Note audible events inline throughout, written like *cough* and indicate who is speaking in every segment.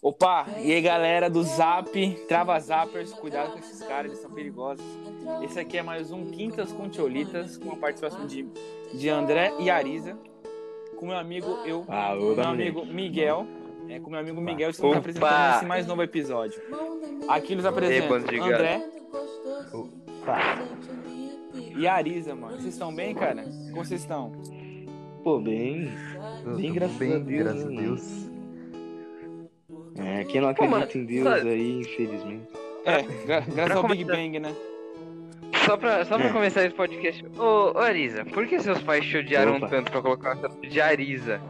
Speaker 1: Opa, e aí galera do Zap, Trava Zappers, cuidado com esses caras, eles são perigosos. Esse aqui é mais um Quintas com Tiolitas, com a participação de, de André e Arisa, com meu amigo eu,
Speaker 2: Alô,
Speaker 1: com meu
Speaker 2: Dominique.
Speaker 1: amigo Miguel, é, com meu amigo Miguel, estamos
Speaker 2: Opa!
Speaker 1: apresentando esse mais novo episódio. Aqui nos apresenta
Speaker 2: bando de gado.
Speaker 1: André
Speaker 2: Pá.
Speaker 1: e Arisa, mano. Vocês estão bem, cara? Como vocês estão?
Speaker 2: Pô, bem. Bem, graças a Deus,
Speaker 3: graças
Speaker 2: né,
Speaker 3: a Deus.
Speaker 2: É, quem não
Speaker 3: Pô,
Speaker 2: acredita
Speaker 3: mano,
Speaker 2: em Deus
Speaker 3: sabe-
Speaker 2: aí, infelizmente.
Speaker 1: É, gra- graças
Speaker 3: pra
Speaker 1: ao Big
Speaker 3: começar-
Speaker 1: Bang, né?
Speaker 3: Só pra, só pra
Speaker 2: É.
Speaker 3: começar esse podcast. Ô, ô Arisa, por que seus pais te odiaram
Speaker 2: Opa.
Speaker 3: tanto pra colocar o nome de Arisa?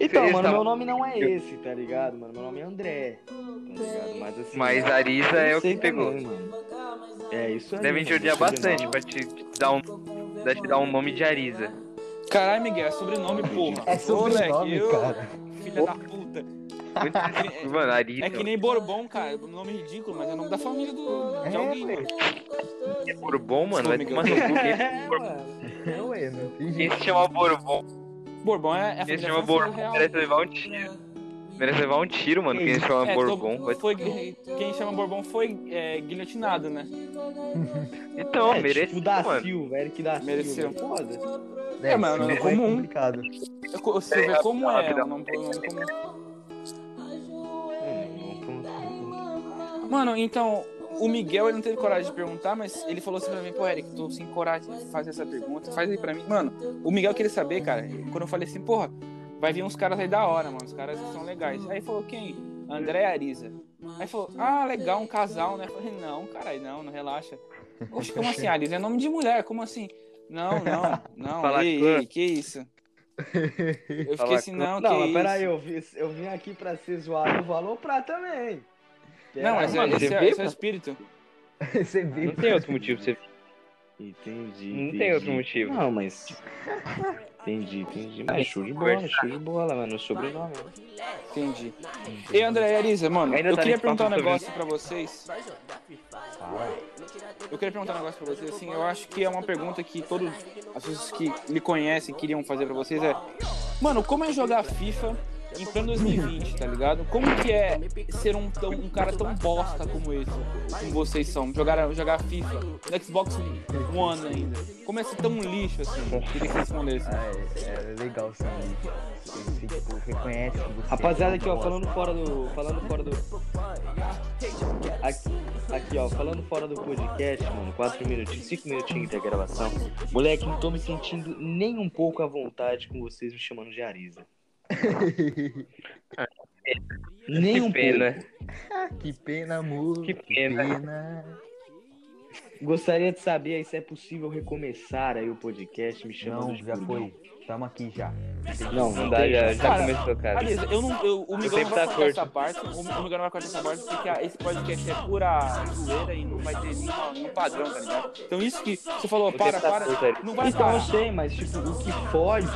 Speaker 2: Então,
Speaker 3: Eles
Speaker 2: mano,
Speaker 3: tavam-
Speaker 2: meu nome não é esse, tá ligado? Mano, meu nome é André. Tá ligado? Mas assim.
Speaker 3: Mas
Speaker 2: eu
Speaker 3: Arisa é o
Speaker 2: sei
Speaker 3: que pegou.
Speaker 2: também, mano. É isso aí.
Speaker 3: Devem te
Speaker 2: mano,
Speaker 3: odiar
Speaker 2: meu
Speaker 3: bastante
Speaker 2: sobrenome.
Speaker 3: pra te te dar um, pra te dar um nome de Arisa.
Speaker 1: Caralho, Miguel, é sobrenome, porra.
Speaker 4: É sobrenome,
Speaker 1: Ô, moleque, eu-
Speaker 4: cara.
Speaker 1: Filha da puta.
Speaker 3: *laughs* Muito difícil, Mano, Arisa.
Speaker 1: É que nem Bourbon, cara. Um nome ridículo, mas é o nome da família do...
Speaker 4: É,
Speaker 1: de alguém.
Speaker 4: moleque.
Speaker 3: é Bourbon, mano. Vai tomar no cu.
Speaker 1: *laughs*
Speaker 2: É, mano.
Speaker 4: É, ué, não tem
Speaker 3: Quem
Speaker 4: jeito.
Speaker 3: se chama Bourbon,
Speaker 1: Bourbon é, é a
Speaker 3: quem se
Speaker 1: família
Speaker 3: chama
Speaker 1: francesa
Speaker 3: Bourbon
Speaker 1: real.
Speaker 3: merece levar um tiro. Merece levar um tiro, mano.
Speaker 2: Que
Speaker 3: Quem se chama
Speaker 1: É,
Speaker 3: Bourbon.
Speaker 1: todo-
Speaker 3: vai-
Speaker 1: foi, quem chama Bourbon foi é, guilhotinado, né?
Speaker 3: Então,
Speaker 2: é,
Speaker 3: merece,
Speaker 2: tipo da
Speaker 1: assim,
Speaker 3: mano.
Speaker 2: Silva, Eric da
Speaker 1: Mereceu.
Speaker 2: Silva. Foda.
Speaker 1: É, mano,
Speaker 4: isso
Speaker 1: é
Speaker 4: foi
Speaker 1: comum.
Speaker 4: complicado.
Speaker 1: Eu co- Você
Speaker 3: Peraí,
Speaker 1: vê
Speaker 3: rápido,
Speaker 1: como é.
Speaker 3: rápido.
Speaker 1: o nome- o nome comum.
Speaker 2: É, mano, ponto, ponto.
Speaker 1: Mano, então, o Miguel ele não teve coragem de perguntar, mas ele falou assim pra mim, pô, Eric, tô sem coragem de fazer essa pergunta, faz aí pra mim. Mano, o Miguel queria saber, cara, quando eu falei assim, porra, vai vir uns caras aí da hora, mano, os caras que são legais. Aí falou, quem? André e Arisa. Aí falou, ah, legal, um casal, né? Eu falei, não, caralho, não, não relaxa. Oxe, como assim, Arisa? É nome de mulher, como assim? Não, não, não,
Speaker 3: Fala,
Speaker 1: ei,
Speaker 3: clã.
Speaker 1: ei, que
Speaker 2: *laughs*
Speaker 1: isso? Eu fiquei
Speaker 3: Fala,
Speaker 1: assim, não, que
Speaker 2: Não, mas
Speaker 1: isso?
Speaker 2: peraí, eu, vi- eu vim aqui pra ser zoado, eu vou aloprar também.
Speaker 1: Não, mas
Speaker 3: Mano,
Speaker 1: esse,
Speaker 3: você
Speaker 1: é,
Speaker 3: vê,
Speaker 1: esse é o
Speaker 3: mano?
Speaker 1: espírito.
Speaker 4: *laughs* Você
Speaker 3: Não
Speaker 1: né?
Speaker 4: viu?
Speaker 3: tem outro motivo pra você.
Speaker 2: Entendi.
Speaker 3: Não tem
Speaker 2: entendi.
Speaker 3: outro motivo.
Speaker 2: Não, mas. Entendi, entendi. Mas show de bola, show de bola, mano. Sobrenome.
Speaker 1: Entendi. E André e Arisa, mano,
Speaker 3: Ainda
Speaker 1: eu
Speaker 3: tá
Speaker 1: queria
Speaker 3: nesse
Speaker 1: perguntar um
Speaker 3: papo sobre
Speaker 1: negócio pra vocês. Eu queria perguntar um negócio pra vocês, assim, eu acho que é uma pergunta que todos as pessoas que me conhecem queriam fazer pra vocês é, mano, como é jogar FIFA em pleno 2020, tá ligado? Como que é ser um, tão- um cara tão bosta como esse, como vocês são, jogar, jogar FIFA no Xbox One ainda? Como é ser tão lixo assim? Queria que vocês respondessem.
Speaker 4: Ah, é, é legal assim. Você, tipo, reconhece que você.
Speaker 2: Rapaziada,
Speaker 4: é
Speaker 2: aqui, ó,
Speaker 4: uma bosta.
Speaker 2: falando fora do. Falando fora do. Aqui, aqui, ó, falando fora do podcast, mano. Quatro minutinhos, cinco minutinhos da gravação. Moleque, não tô me sentindo nem um pouco à vontade com vocês me chamando
Speaker 3: *laughs*
Speaker 2: de Arisa. nem um
Speaker 3: Que pena.
Speaker 2: pouco.
Speaker 4: Que pena, amor.
Speaker 3: Que pena.
Speaker 2: Gostaria de saber aí se é possível recomeçar aí o podcast me chamando
Speaker 4: Não,
Speaker 2: de
Speaker 4: já
Speaker 2: Burgão.
Speaker 4: foi. Tamo aqui já.
Speaker 2: Não,
Speaker 3: Não
Speaker 2: não
Speaker 3: dá,
Speaker 2: tem,
Speaker 3: já,
Speaker 2: já.
Speaker 3: já
Speaker 1: Cara,
Speaker 3: começou, cara.
Speaker 1: Aliás, eu não, eu, o Miguel não vai
Speaker 3: sempre tá
Speaker 1: cortar
Speaker 3: torto.
Speaker 1: essa parte, o, o Miguel não vai cortar essa parte, porque ah, esse podcast é pura zoeira e não vai ter nenhum, nenhum padrão, tá ligado? Então isso que você falou, para,
Speaker 3: sempre tá
Speaker 1: para,
Speaker 3: torto, Eric.
Speaker 1: não vai
Speaker 2: Então eu
Speaker 1: parar.
Speaker 2: sei, mas tipo, o que fode,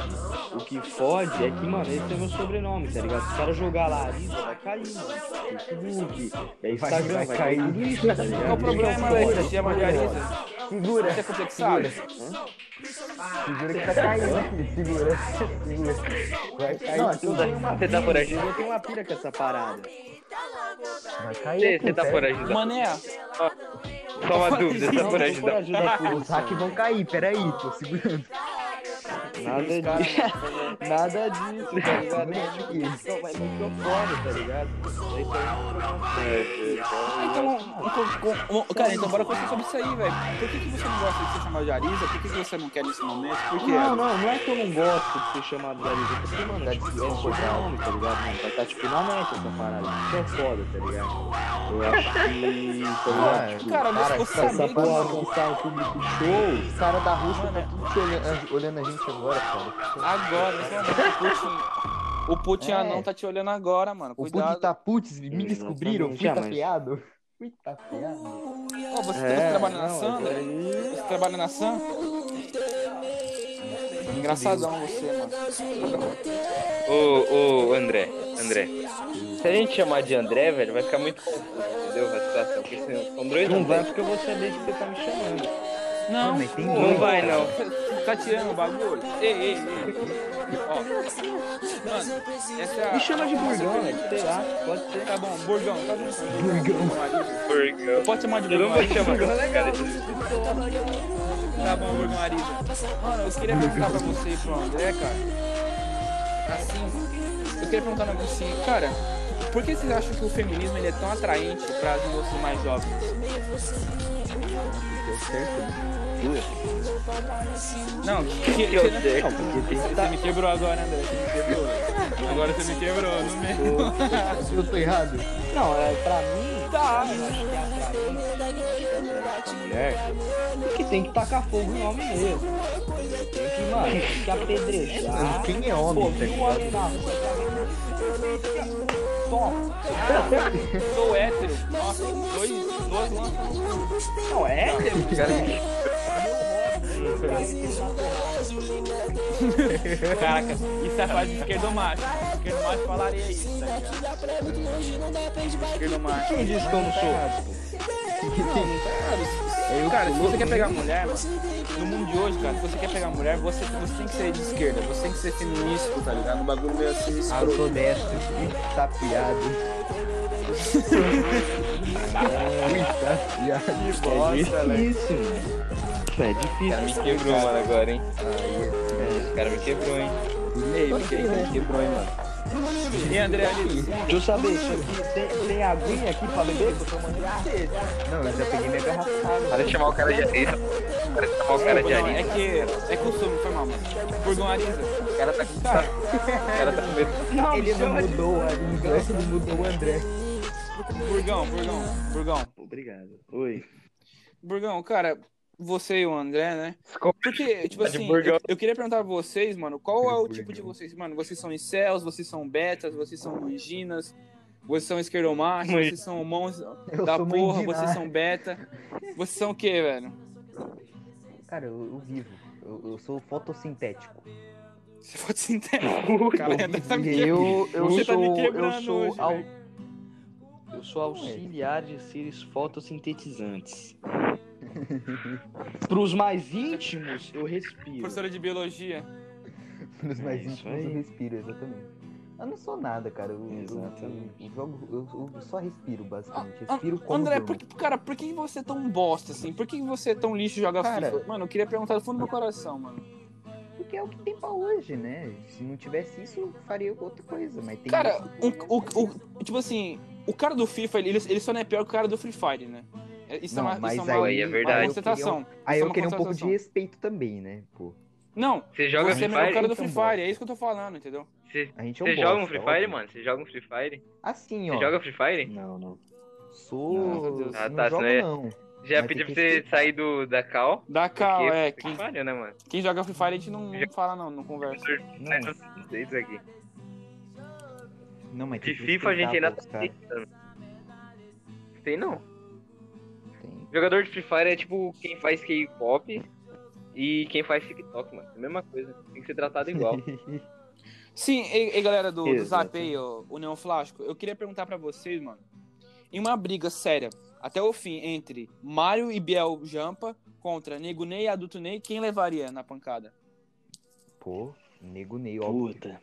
Speaker 2: o que fode é que, mano, esse é meu sobrenome, tá ligado? Se o cara jogar lá, Arisa, vai cair, mano. Facebook, é Instagram, vai,
Speaker 4: vai
Speaker 2: cair.
Speaker 4: cair.
Speaker 2: tudo isso, tá ligado?
Speaker 1: Qual o problema, Larissa? Você chama de Larissa?
Speaker 4: Segura,
Speaker 1: é Você é complexado?
Speaker 4: segura que tá caindo aqui. Segura, segura. Vai cair.
Speaker 2: Não, é eu tenho uma
Speaker 3: Você tá por aí?
Speaker 2: pira, eu tenho uma pira com essa parada.
Speaker 4: Vai cair. é?
Speaker 3: Você
Speaker 4: aqui,
Speaker 3: você tá
Speaker 4: sério.
Speaker 3: por ajudar.
Speaker 1: Mané, ah,
Speaker 3: Só uma dúvida, você tá por
Speaker 2: Por
Speaker 3: ajudar.
Speaker 2: ajuda da
Speaker 4: Os hacks vão cair, peraí, tô segurando.
Speaker 2: Nada disso.
Speaker 4: *laughs*
Speaker 2: Nada disso, tá ligado? Não, mas microfone, tá ligado?
Speaker 1: então, um- um- um- cara, então bora conversar sobre isso aí, velho. Por que, que você não gosta de ser chamado de Arisa? Por que, que você não quer nesse momento? Por que?
Speaker 2: Não, não, não é que eu não gosto de ser chamado de Arisa, porque, mano, tipo, é um sobrenome, tá ligado? Mano, vai estar, tipo, na net essa parada. Isso é foda, tá ligado? Eu acho que, tá ligado? Tipo,
Speaker 1: Cara, mas
Speaker 4: Cara,
Speaker 1: você
Speaker 4: essa
Speaker 1: sabia
Speaker 2: essa
Speaker 1: que...
Speaker 2: porra alcançar um público show,
Speaker 4: Os caras da Rússia tá tudo te olhando, olhando a gente agora, cara.
Speaker 1: Agora,
Speaker 4: *laughs*
Speaker 1: nesse momento, o Putin... O Putin
Speaker 4: É.
Speaker 1: anão tá te olhando agora, mano.
Speaker 4: O
Speaker 1: Cuidado.
Speaker 4: Putin tá putz, me descobriram, fui
Speaker 2: Exatamente.
Speaker 4: tapeado. Fui tapeado.
Speaker 1: Ô, você
Speaker 2: É,
Speaker 1: trabalha na
Speaker 2: não,
Speaker 1: Sandra? Você trabalha na Sam? Engraçadão você, mano.
Speaker 3: Ô, ô, André, André. Se a gente chamar de André, velho, vai ficar muito confuso, entendeu? A situação, porque são dois né?
Speaker 2: não
Speaker 3: André.
Speaker 2: é vai porque eu vou saber de que você tá me chamando.
Speaker 1: Não,
Speaker 5: mas tem
Speaker 1: pô,
Speaker 5: dois.
Speaker 3: Não vai, não.
Speaker 1: Tá tirando o bagulho? Ei, ei, ei. Ó. Mano, essa é a...
Speaker 2: Me chama de burgão, né? Sei lá.
Speaker 1: Pode ser. Tá bom, Burgão. Tá bom. Burgão.
Speaker 3: Burgão.
Speaker 1: Pode chamar de
Speaker 3: Eu não
Speaker 1: Burgão.
Speaker 3: vou
Speaker 1: Arisa?
Speaker 3: chamar esse cara de
Speaker 1: Tá bom, Burgão Arisa. Mano, eu queria perguntar pra você e pro André, cara. Assim, eu queria perguntar um negócio assim, cara. Por que vocês acham que o feminismo ele é tão atraente para as moças mais jovens? Não, que, que,
Speaker 3: que eu
Speaker 1: que-
Speaker 3: sei.
Speaker 2: Não, porque tem que
Speaker 1: Você me quebrou agora, André. Você me quebrou. Agora você me quebrou, não mesmo?
Speaker 5: Eu tô errado.
Speaker 2: Não, é pra mim. Tá. Mulher. Que tem que tacar fogo no homem mesmo. Tem que, mano, tem que apedrejar.
Speaker 5: Quem é homem,
Speaker 2: Pô,
Speaker 5: tá
Speaker 2: viu o
Speaker 5: ligado?
Speaker 2: homem na rua, tá? Toma.
Speaker 1: Sou hétero. Nossa, dois, um. duas lanças.
Speaker 2: Não é?
Speaker 1: Caraca, isso é fase de esquerdo macho. Esquerdo macho falaria isso, tá ligado? Esquerdo macho.
Speaker 2: Quem disse que eu não sou? É
Speaker 1: Cara, se você quer pegar mulher, mano, no mundo de hoje, cara, se você quer pegar mulher, você, você tem que ser de esquerda, você tem que ser feminista, tá ligado? Um bagulho meio assim,
Speaker 5: Ah,
Speaker 1: escroto.
Speaker 5: eu sou destro, estapeado. Estapeado.
Speaker 2: Isso, mano. É
Speaker 3: Me
Speaker 2: difícil.
Speaker 3: quebrou, mano, agora, hein? Esse cara me quebrou, hein?
Speaker 1: Ei, me que- me quebrou, hein, mano. E André, ali,
Speaker 2: Deixa eu saber, isso aqui tem, tem aguinha aqui pra beber? Que eu tô mandando vocês.
Speaker 5: Não, eu já peguei minha garrafa.
Speaker 3: Para de chamar o cara de Arisa. Para de chamar o cara de
Speaker 1: Não,
Speaker 3: Arisa.
Speaker 1: é que é costume, foi mal, mano. é Burgão Arisa.
Speaker 3: O cara tá com O cara tá com medo.
Speaker 2: Não,
Speaker 5: Ele não
Speaker 2: chama de-
Speaker 5: mudou, a André, ele mudou o André.
Speaker 1: Burgão, Burgão, Burgão.
Speaker 2: Obrigado. Oi.
Speaker 1: Burgão, cara, você e o André, né? Porque, tipo
Speaker 3: Tá de
Speaker 1: assim,
Speaker 3: Burgão.
Speaker 1: eu, eu queria perguntar pra vocês, mano, qual é o
Speaker 5: Burgão.
Speaker 1: tipo de vocês? Mano, vocês são incels, vocês são betas, vocês são anginas, vocês são esquerdomachos,
Speaker 3: Mãe.
Speaker 1: vocês são mãos
Speaker 5: Eu
Speaker 1: da
Speaker 5: sou
Speaker 1: porra,
Speaker 5: mandinar.
Speaker 1: vocês são beta. Vocês são o quê, velho?
Speaker 5: Cara, eu, eu vivo. Eu, eu sou fotossintético.
Speaker 1: Você pode se entender. Cara, André tá me
Speaker 2: Eu, eu
Speaker 1: Você tá me
Speaker 2: sou, eu
Speaker 1: quebrando
Speaker 2: sou,
Speaker 1: hoje,
Speaker 2: au-
Speaker 1: velho.
Speaker 2: eu sou auxiliar de seres fotossintetizantes. Para os mais íntimos, eu respiro.
Speaker 1: Professora de biologia.
Speaker 5: Nos
Speaker 3: É
Speaker 5: mais
Speaker 2: isso
Speaker 5: íntimos eu
Speaker 2: aí.
Speaker 5: respiro, exatamente. Eu não sou nada, cara. Eu, eu-
Speaker 2: Exatamente.
Speaker 5: eu jogo, eu, eu só respiro, basicamente.
Speaker 1: Ah,
Speaker 5: Respiro como
Speaker 1: André,
Speaker 5: jogo.
Speaker 1: por que, cara, por que você é tão bosta assim? Por que você é tão lixo e joga
Speaker 5: Cara-
Speaker 1: FIFA? Mano, eu queria perguntar do fundo do meu coração, mano.
Speaker 5: Porque é o que tem pra hoje, né? Se não tivesse isso, eu faria outra coisa. Mas tem
Speaker 1: Cara, o, o, o- tipo assim, o cara do FIFA, ele, ele só não é pior que o cara do Free Fire, né? É- Isso
Speaker 5: Não,
Speaker 1: é uma,
Speaker 5: mas
Speaker 1: isso é uma,
Speaker 3: aí é
Speaker 1: uma
Speaker 3: verdade.
Speaker 1: constatação.
Speaker 5: Aí
Speaker 1: Isso é
Speaker 5: eu
Speaker 1: uma
Speaker 5: queria um pouco de
Speaker 1: constatação.
Speaker 5: respeito também, né? Pô,
Speaker 1: Não,
Speaker 3: Você joga
Speaker 1: você é
Speaker 3: Free
Speaker 1: melhor que o cara
Speaker 3: Fire?
Speaker 1: do
Speaker 5: Então,
Speaker 1: Free Fire, é isso que eu tô falando, entendeu?
Speaker 3: Você
Speaker 5: a gente é um
Speaker 3: você joga um
Speaker 5: bosta,
Speaker 3: Free Fire,
Speaker 5: óbvio.
Speaker 3: mano? Você joga um Free Fire?
Speaker 5: Assim, ó.
Speaker 3: Você joga um Free Fire?
Speaker 2: Não, não.
Speaker 1: Graças a
Speaker 5: Sou...
Speaker 1: Deus.
Speaker 5: Não,
Speaker 3: Ah, tá,
Speaker 5: jogo,
Speaker 3: senão é-
Speaker 5: não.
Speaker 3: Já
Speaker 5: Mas
Speaker 3: pedi pra
Speaker 5: tem que
Speaker 3: você
Speaker 5: respeitar.
Speaker 3: sair do, da Cal.
Speaker 1: Da cal,
Speaker 3: porque
Speaker 1: é.
Speaker 3: Free
Speaker 1: Quem,
Speaker 3: Fire, né, mano?
Speaker 1: quem joga Free Fire a gente não, não fala, não, não conversa.
Speaker 3: Mas Não sei isso aqui.
Speaker 5: Não, mas
Speaker 3: De
Speaker 5: tem que
Speaker 3: FIFA a gente ainda
Speaker 5: respeitar,
Speaker 3: tá
Speaker 5: pô, os caras.
Speaker 3: tentando. Tem não.
Speaker 5: Tem.
Speaker 3: Jogador de Free Fire é tipo quem faz K-pop e quem faz TikTok, mano. É a mesma coisa. Tem que ser tratado igual.
Speaker 1: Sim, e, e galera do, do
Speaker 2: Exato.
Speaker 1: Zap aí, o, o Neon Flasco, eu queria perguntar pra vocês, mano. Em uma briga séria, até o fim, entre Mario e Biel Jampa contra Nego Ney e Adulto Ney, quem levaria na pancada?
Speaker 5: Pô, nego Ney, óbvio.
Speaker 2: Puta.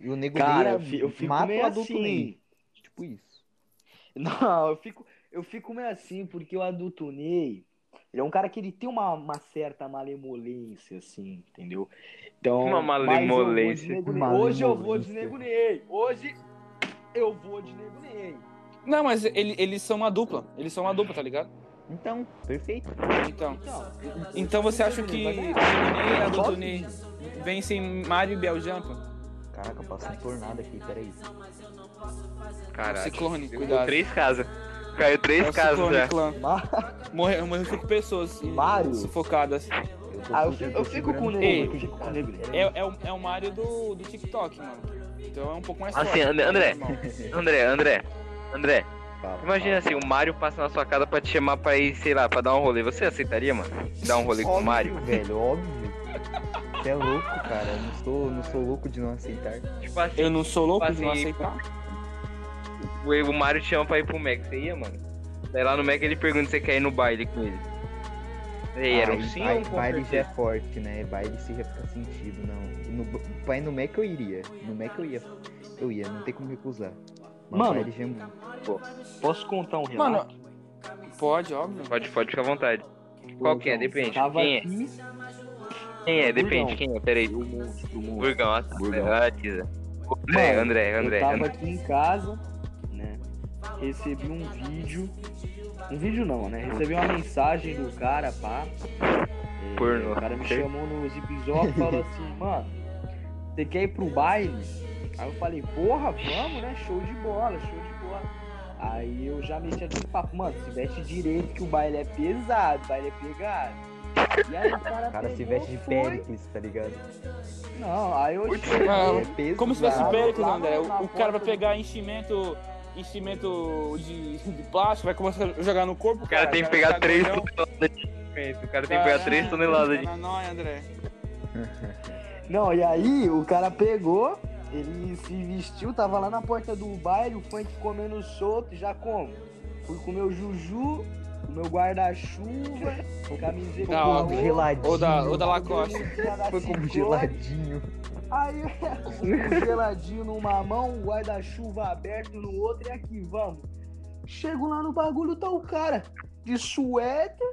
Speaker 5: E o nego
Speaker 2: Cara,
Speaker 5: Ney
Speaker 2: eu fi- eu fico
Speaker 5: mata
Speaker 2: meio
Speaker 5: o adulto
Speaker 2: assim.
Speaker 5: Ney. Tipo isso.
Speaker 2: Não, eu fico, eu fico meio assim, porque o adulto Ney, ele é um cara que ele tem uma, uma certa malemolência, assim, entendeu? Então,
Speaker 3: Uma
Speaker 2: mas eu vou de
Speaker 3: malemolência.
Speaker 2: Nego Ney. Hoje eu vou de
Speaker 5: Malemolência.
Speaker 2: Nego Ney. Hoje eu vou de Nego Ney.
Speaker 1: Não, mas ele- eles são uma dupla. Eles são uma dupla, tá ligado?
Speaker 5: Então, perfeito.
Speaker 1: Então,
Speaker 2: Então, é
Speaker 1: então você acha que Nego Ney e Adulto Ney vencem Mario e Biel Jampa?
Speaker 5: Caraca, passou um tornado aqui, peraí.
Speaker 3: Caralho.
Speaker 1: Ciclone,
Speaker 3: Deu
Speaker 1: cuidado.
Speaker 3: Três casas. Caiu
Speaker 1: É
Speaker 3: três
Speaker 1: o
Speaker 3: casas
Speaker 1: Ciclone
Speaker 3: já.
Speaker 1: Clã.
Speaker 2: Ma-
Speaker 1: Morreu, morreu cinco pessoas e-
Speaker 2: Mario?
Speaker 1: sufocadas.
Speaker 5: tô-
Speaker 2: Ah, eu fico, eu fico com o
Speaker 5: segurando
Speaker 2: Nego.
Speaker 5: fogo
Speaker 2: Eu
Speaker 5: aqui,
Speaker 2: fico com o
Speaker 5: cara.
Speaker 2: Nego Ney.
Speaker 1: É, é o, é o Mario do, do TikTok, mano. Então é um pouco mais
Speaker 3: Assim,
Speaker 1: forte,
Speaker 3: André- André.
Speaker 1: irmão.
Speaker 3: é. André, André. André,
Speaker 5: Fala,
Speaker 3: imagina assim, o Mario passa na sua casa pra te chamar pra ir, sei lá, pra dar um rolê. Você aceitaria, mano? Dar um rolê com o
Speaker 5: Óbvio,
Speaker 3: Mario?
Speaker 5: velho, óbvio. Você é louco, cara. Eu não sou, não sou louco de não aceitar.
Speaker 3: Tipo assim,
Speaker 1: Eu não sou louco de não
Speaker 3: Assim,
Speaker 1: aceitar.
Speaker 3: o- o Mario te chama pra ir pro Mac. Você ia, mano? Daí lá no Mac ele pergunta se você quer ir no baile com ele. Ei, era um
Speaker 5: Aí,
Speaker 3: sim
Speaker 5: pai,
Speaker 3: ou um com
Speaker 5: baile já é
Speaker 3: certeza?
Speaker 5: forte, né? Baile se já faz sentido, não. No, pai no Mac eu iria. No Mac eu ia. Eu ia, não tem como recusar. Mas
Speaker 2: Mano.
Speaker 5: baile já é muito.
Speaker 2: Posso contar um relato?
Speaker 1: Mano, pode, óbvio.
Speaker 3: Pode, pode ficar à vontade. Qual que é? Depende.
Speaker 2: Tipo, Tava
Speaker 3: Quem é?
Speaker 2: aqui,
Speaker 3: Quem é?
Speaker 2: Burgão.
Speaker 3: Depende. Quem é? Peraí.
Speaker 2: o monstro, o monstro.
Speaker 3: Burgão. ah, tá.
Speaker 2: Burgão.
Speaker 3: Ah, tisa. André,
Speaker 2: Mano,
Speaker 3: André, André.
Speaker 2: eu tava
Speaker 3: André.
Speaker 2: aqui em casa, né? Recebi um vídeo. Um vídeo não, né? Recebi uma mensagem do cara, pá. É,
Speaker 3: Porno.
Speaker 2: O cara me chamou no Zipzop e falou
Speaker 3: *laughs*
Speaker 2: assim, mano, você quer ir pro baile? Aí eu falei, porra, vamos, né? Show de bola, show de bola. Aí eu já mexi aqui no papo, mano, se veste direito que o baile é pesado, o baile é pegado. E aí o cara,
Speaker 5: O cara se
Speaker 2: pegou,
Speaker 5: veste de
Speaker 2: foi.
Speaker 5: Péricles, tá ligado?
Speaker 2: Não, aí eu
Speaker 1: Mano,
Speaker 5: É
Speaker 1: Como se fosse
Speaker 5: pesado.
Speaker 1: Péricles,
Speaker 2: lá
Speaker 1: André.
Speaker 2: na
Speaker 1: O, o cara vai
Speaker 2: porta do-
Speaker 1: pegar enchimento, enchimento de, de plástico, vai começar a jogar no corpo.
Speaker 3: O cara tem que pegar
Speaker 1: vai
Speaker 3: 3
Speaker 1: ficar gordão.
Speaker 3: toneladas de alimento. O cara tem que pegar 3
Speaker 1: Caralho,
Speaker 3: toneladas de.
Speaker 1: tá na nóia, André.
Speaker 2: Não, e aí o cara pegou, ele se vestiu, tava lá na porta do baile, o funk comendo solto, já como? Fui com meu juju, o meu guarda-chuva, camiseta
Speaker 1: Da
Speaker 2: colorida,
Speaker 1: Oakley.
Speaker 5: Geladinho.
Speaker 1: Ou da, ou da Lacoste.
Speaker 2: bermudinha da
Speaker 5: Foi como
Speaker 2: Cicobi,
Speaker 5: geladinho.
Speaker 2: Aí *laughs* um geladinho numa mão, um guarda-chuva aberto no outro, e aqui, vamos. Chego lá no bagulho, tá o cara de suéter,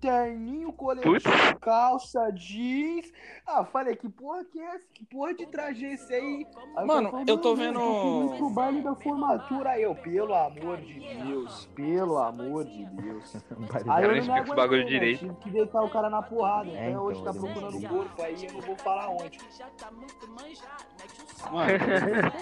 Speaker 2: terninho, coletinho, calça, jeans. Ah, falei, que porra que é essa? Que porra de traje é esse aí? Aí o
Speaker 1: Mano,
Speaker 2: cara falou,
Speaker 1: eu tô
Speaker 2: "Não,
Speaker 1: vendo-
Speaker 2: eu fui pro baile da formatura aí, eu, pelo amor de Deus, pelo amor de Deus. Aí
Speaker 3: cara
Speaker 2: eu
Speaker 3: nem
Speaker 2: não me
Speaker 3: explica esse bagulho
Speaker 2: aguentei, né?
Speaker 3: direito.
Speaker 2: Tive que deitar o cara na porrada.
Speaker 5: É,
Speaker 2: Até
Speaker 5: então,
Speaker 2: hoje tá
Speaker 5: ele não
Speaker 2: procurando
Speaker 5: explica.
Speaker 2: corpo aí, eu não vou falar onde.
Speaker 1: Mano,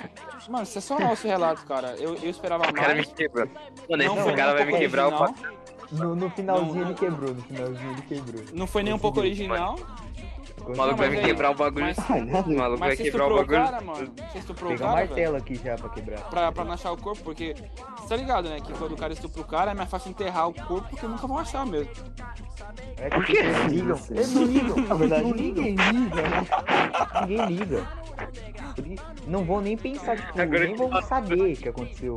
Speaker 1: *laughs* mano, sensacional esse relato, cara. Eu, eu esperava
Speaker 3: O cara me
Speaker 1: mais.
Speaker 3: quebra. Mano,
Speaker 1: Não
Speaker 3: esse
Speaker 1: foi nem
Speaker 3: cara vai
Speaker 1: um
Speaker 3: me
Speaker 1: pouco
Speaker 3: quebrar o
Speaker 1: original.
Speaker 3: pacote.
Speaker 5: No, no
Speaker 1: Não,
Speaker 5: finalzinho
Speaker 1: não.
Speaker 5: ele quebrou, no finalzinho ele quebrou.
Speaker 1: Não foi nem um pouco original.
Speaker 3: O maluco vai me
Speaker 1: mas aí-
Speaker 3: quebrar o bagulho.
Speaker 1: Mas,
Speaker 3: O maluco vai
Speaker 1: mas você
Speaker 3: quebrar
Speaker 1: estuprou
Speaker 3: o
Speaker 1: o
Speaker 3: bagulho.
Speaker 1: cara, mano. Você estuprou o
Speaker 5: Pegar um
Speaker 1: cara, velho.
Speaker 5: martelo aqui já pra quebrar.
Speaker 1: Pra, pra não achar o corpo, porque. Você tá ligado, né? Que quando o cara estupra o cara, é mais fácil enterrar o corpo porque nunca vão achar mesmo.
Speaker 5: É
Speaker 3: Por assim, quê?
Speaker 5: Eles ligam. Eles não ligam. Na verdade, ninguém liga. né? Ninguém liga. Eles Não vão nem pensar, tipo,
Speaker 3: Agora
Speaker 5: nem
Speaker 3: eu
Speaker 5: vão
Speaker 3: te-
Speaker 5: saber o que aconteceu.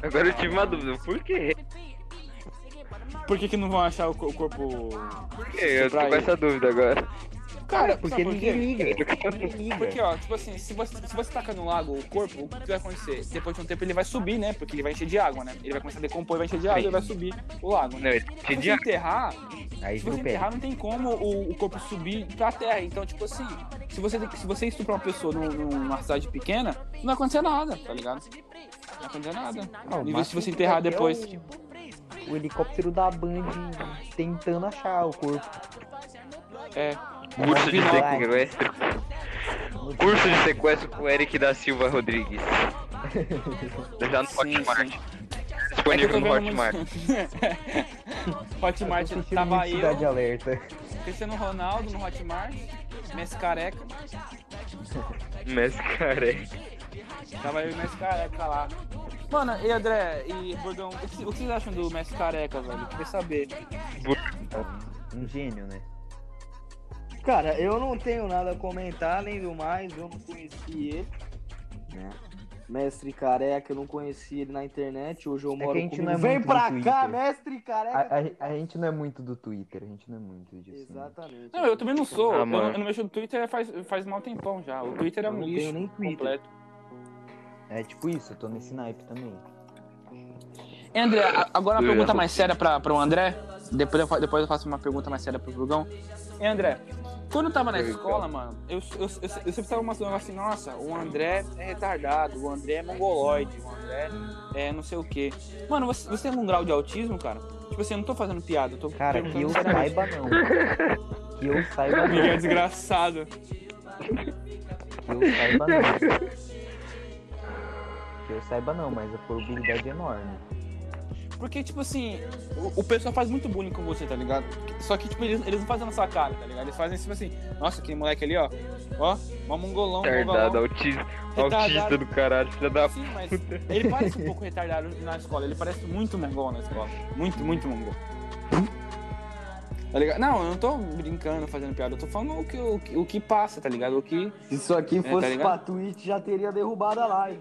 Speaker 3: Agora eu tive uma dúvida. Por quê?
Speaker 1: Por que, que não vão achar o co- o corpo.
Speaker 3: Por quê? Eu tô
Speaker 1: Pra
Speaker 3: com
Speaker 1: ele.
Speaker 3: essa dúvida agora.
Speaker 1: Cara,
Speaker 5: Porque
Speaker 1: sabe por quê?
Speaker 5: ninguém liga. Ninguém
Speaker 1: Porque,
Speaker 5: liga.
Speaker 1: ó, tipo assim, se você, se você tacar no lago o corpo, o que vai acontecer? Depois de um tempo ele vai subir, né? Porque ele vai encher de água, né? Ele vai começar a decompor, vai encher de água e vai subir o lago, né?
Speaker 3: Não, ele
Speaker 1: Se
Speaker 3: tinha
Speaker 1: você
Speaker 3: de
Speaker 1: enterrar,
Speaker 5: Aí é.
Speaker 1: se você
Speaker 5: vira o pé.
Speaker 1: enterrar, não tem como o, o corpo subir pra terra. Então, tipo assim, se você, se você estuprar uma pessoa num- numa cidade pequena, não vai acontecer nada, tá ligado? Não vai acontecer nada.
Speaker 5: Ah, o
Speaker 1: E se
Speaker 5: máximo
Speaker 1: você
Speaker 5: que
Speaker 1: enterrar
Speaker 5: vai ter é
Speaker 1: depois. tipo,
Speaker 5: o- O helicóptero da Band tentando achar o corpo.
Speaker 1: É.
Speaker 3: curso de
Speaker 1: Não.
Speaker 3: sequestro. Curso de sequestro com o Eric da Silva
Speaker 1: *laughs*
Speaker 3: Rodrigues. Já no
Speaker 1: Sim, sim. É
Speaker 3: Hotmart.
Speaker 1: que eu
Speaker 3: Disponível
Speaker 1: tô
Speaker 3: no
Speaker 1: vendo muito- *laughs*
Speaker 3: Hotmart.
Speaker 1: Hotmart
Speaker 5: Eu tô assistindo
Speaker 1: tava
Speaker 5: muito Cidade
Speaker 1: eu,
Speaker 5: Alerta.
Speaker 1: Cristiano Ronaldo no Hotmart, Messi careca.
Speaker 3: Mas, cara, é
Speaker 1: Tava eu e o Messi Careca lá. Mano, e André e Burgão, o que, o que vocês acham do Messi Careca, velho? Queria saber.
Speaker 5: Um gênio, né?
Speaker 2: Cara, eu não tenho nada a comentar, além do mais, eu não conheci ele. Né? Mestre Careca, eu não conheci ele na internet, hoje eu
Speaker 5: que
Speaker 2: moro
Speaker 5: a gente
Speaker 2: comigo.
Speaker 5: não é
Speaker 2: Vem
Speaker 5: muito
Speaker 2: pra
Speaker 5: do
Speaker 2: cá,
Speaker 5: Twitter.
Speaker 2: Mestre Careca!
Speaker 5: A, a- a gente não é muito do Twitter, a gente não é muito disso. né?
Speaker 2: Exatamente.
Speaker 1: Não, eu também não sou.
Speaker 3: Ah,
Speaker 1: eu,
Speaker 3: mano.
Speaker 1: não, eu não mexo no Twitter faz, faz mal tempão já. O Twitter é
Speaker 2: Eu
Speaker 1: um
Speaker 2: não
Speaker 1: lixo
Speaker 2: tenho nem Twitter.
Speaker 1: completo.
Speaker 5: É tipo isso, eu tô nesse naipe também.
Speaker 1: E, André, a- agora uma
Speaker 3: Eu já
Speaker 1: pergunta
Speaker 3: sou.
Speaker 1: mais séria pra, pro André. Depois eu, fa- depois eu faço uma pergunta mais séria pro Burgão. E, André, quando eu tava na
Speaker 3: Eu,
Speaker 1: escola, mano, eu, eu, eu, eu sempre tava uma zoando assim, nossa, o André é retardado, o André é mongoloide, o André é não sei o quê. Mano, você, você tem algum grau de autismo, cara? Tipo assim, eu não tô fazendo piada, eu tô
Speaker 5: Cara, que
Speaker 1: perguntando
Speaker 5: eu
Speaker 1: seriamente.
Speaker 5: saiba não. Que eu
Speaker 1: *laughs*
Speaker 5: saiba não.
Speaker 1: Miguel é desgraçado.
Speaker 5: Que eu saiba não. Que eu saiba não, mas a probabilidade é enorme.
Speaker 1: Porque, tipo assim, o, o pessoal faz muito bullying com você, tá ligado? Só que, tipo, eles, eles não fazem na sua cara, tá ligado? Eles fazem, tipo assim, nossa, aquele moleque ali, ó, ó, mó mongolão,
Speaker 3: retardado,
Speaker 1: mongolão.
Speaker 3: autista, autista
Speaker 1: Retardado.
Speaker 3: do caralho, filha da
Speaker 1: Sim, mas ele parece um pouco retardado na escola. Ele parece muito mongol na escola. Muito, muito mongol. Tá ligado? Não, eu não tô brincando, fazendo piada. Eu tô falando o que, o que, o que passa, tá ligado? O que.
Speaker 2: Se isso aqui
Speaker 1: tá
Speaker 2: fosse pra
Speaker 1: ligado?
Speaker 2: Twitch, já teria derrubado a live.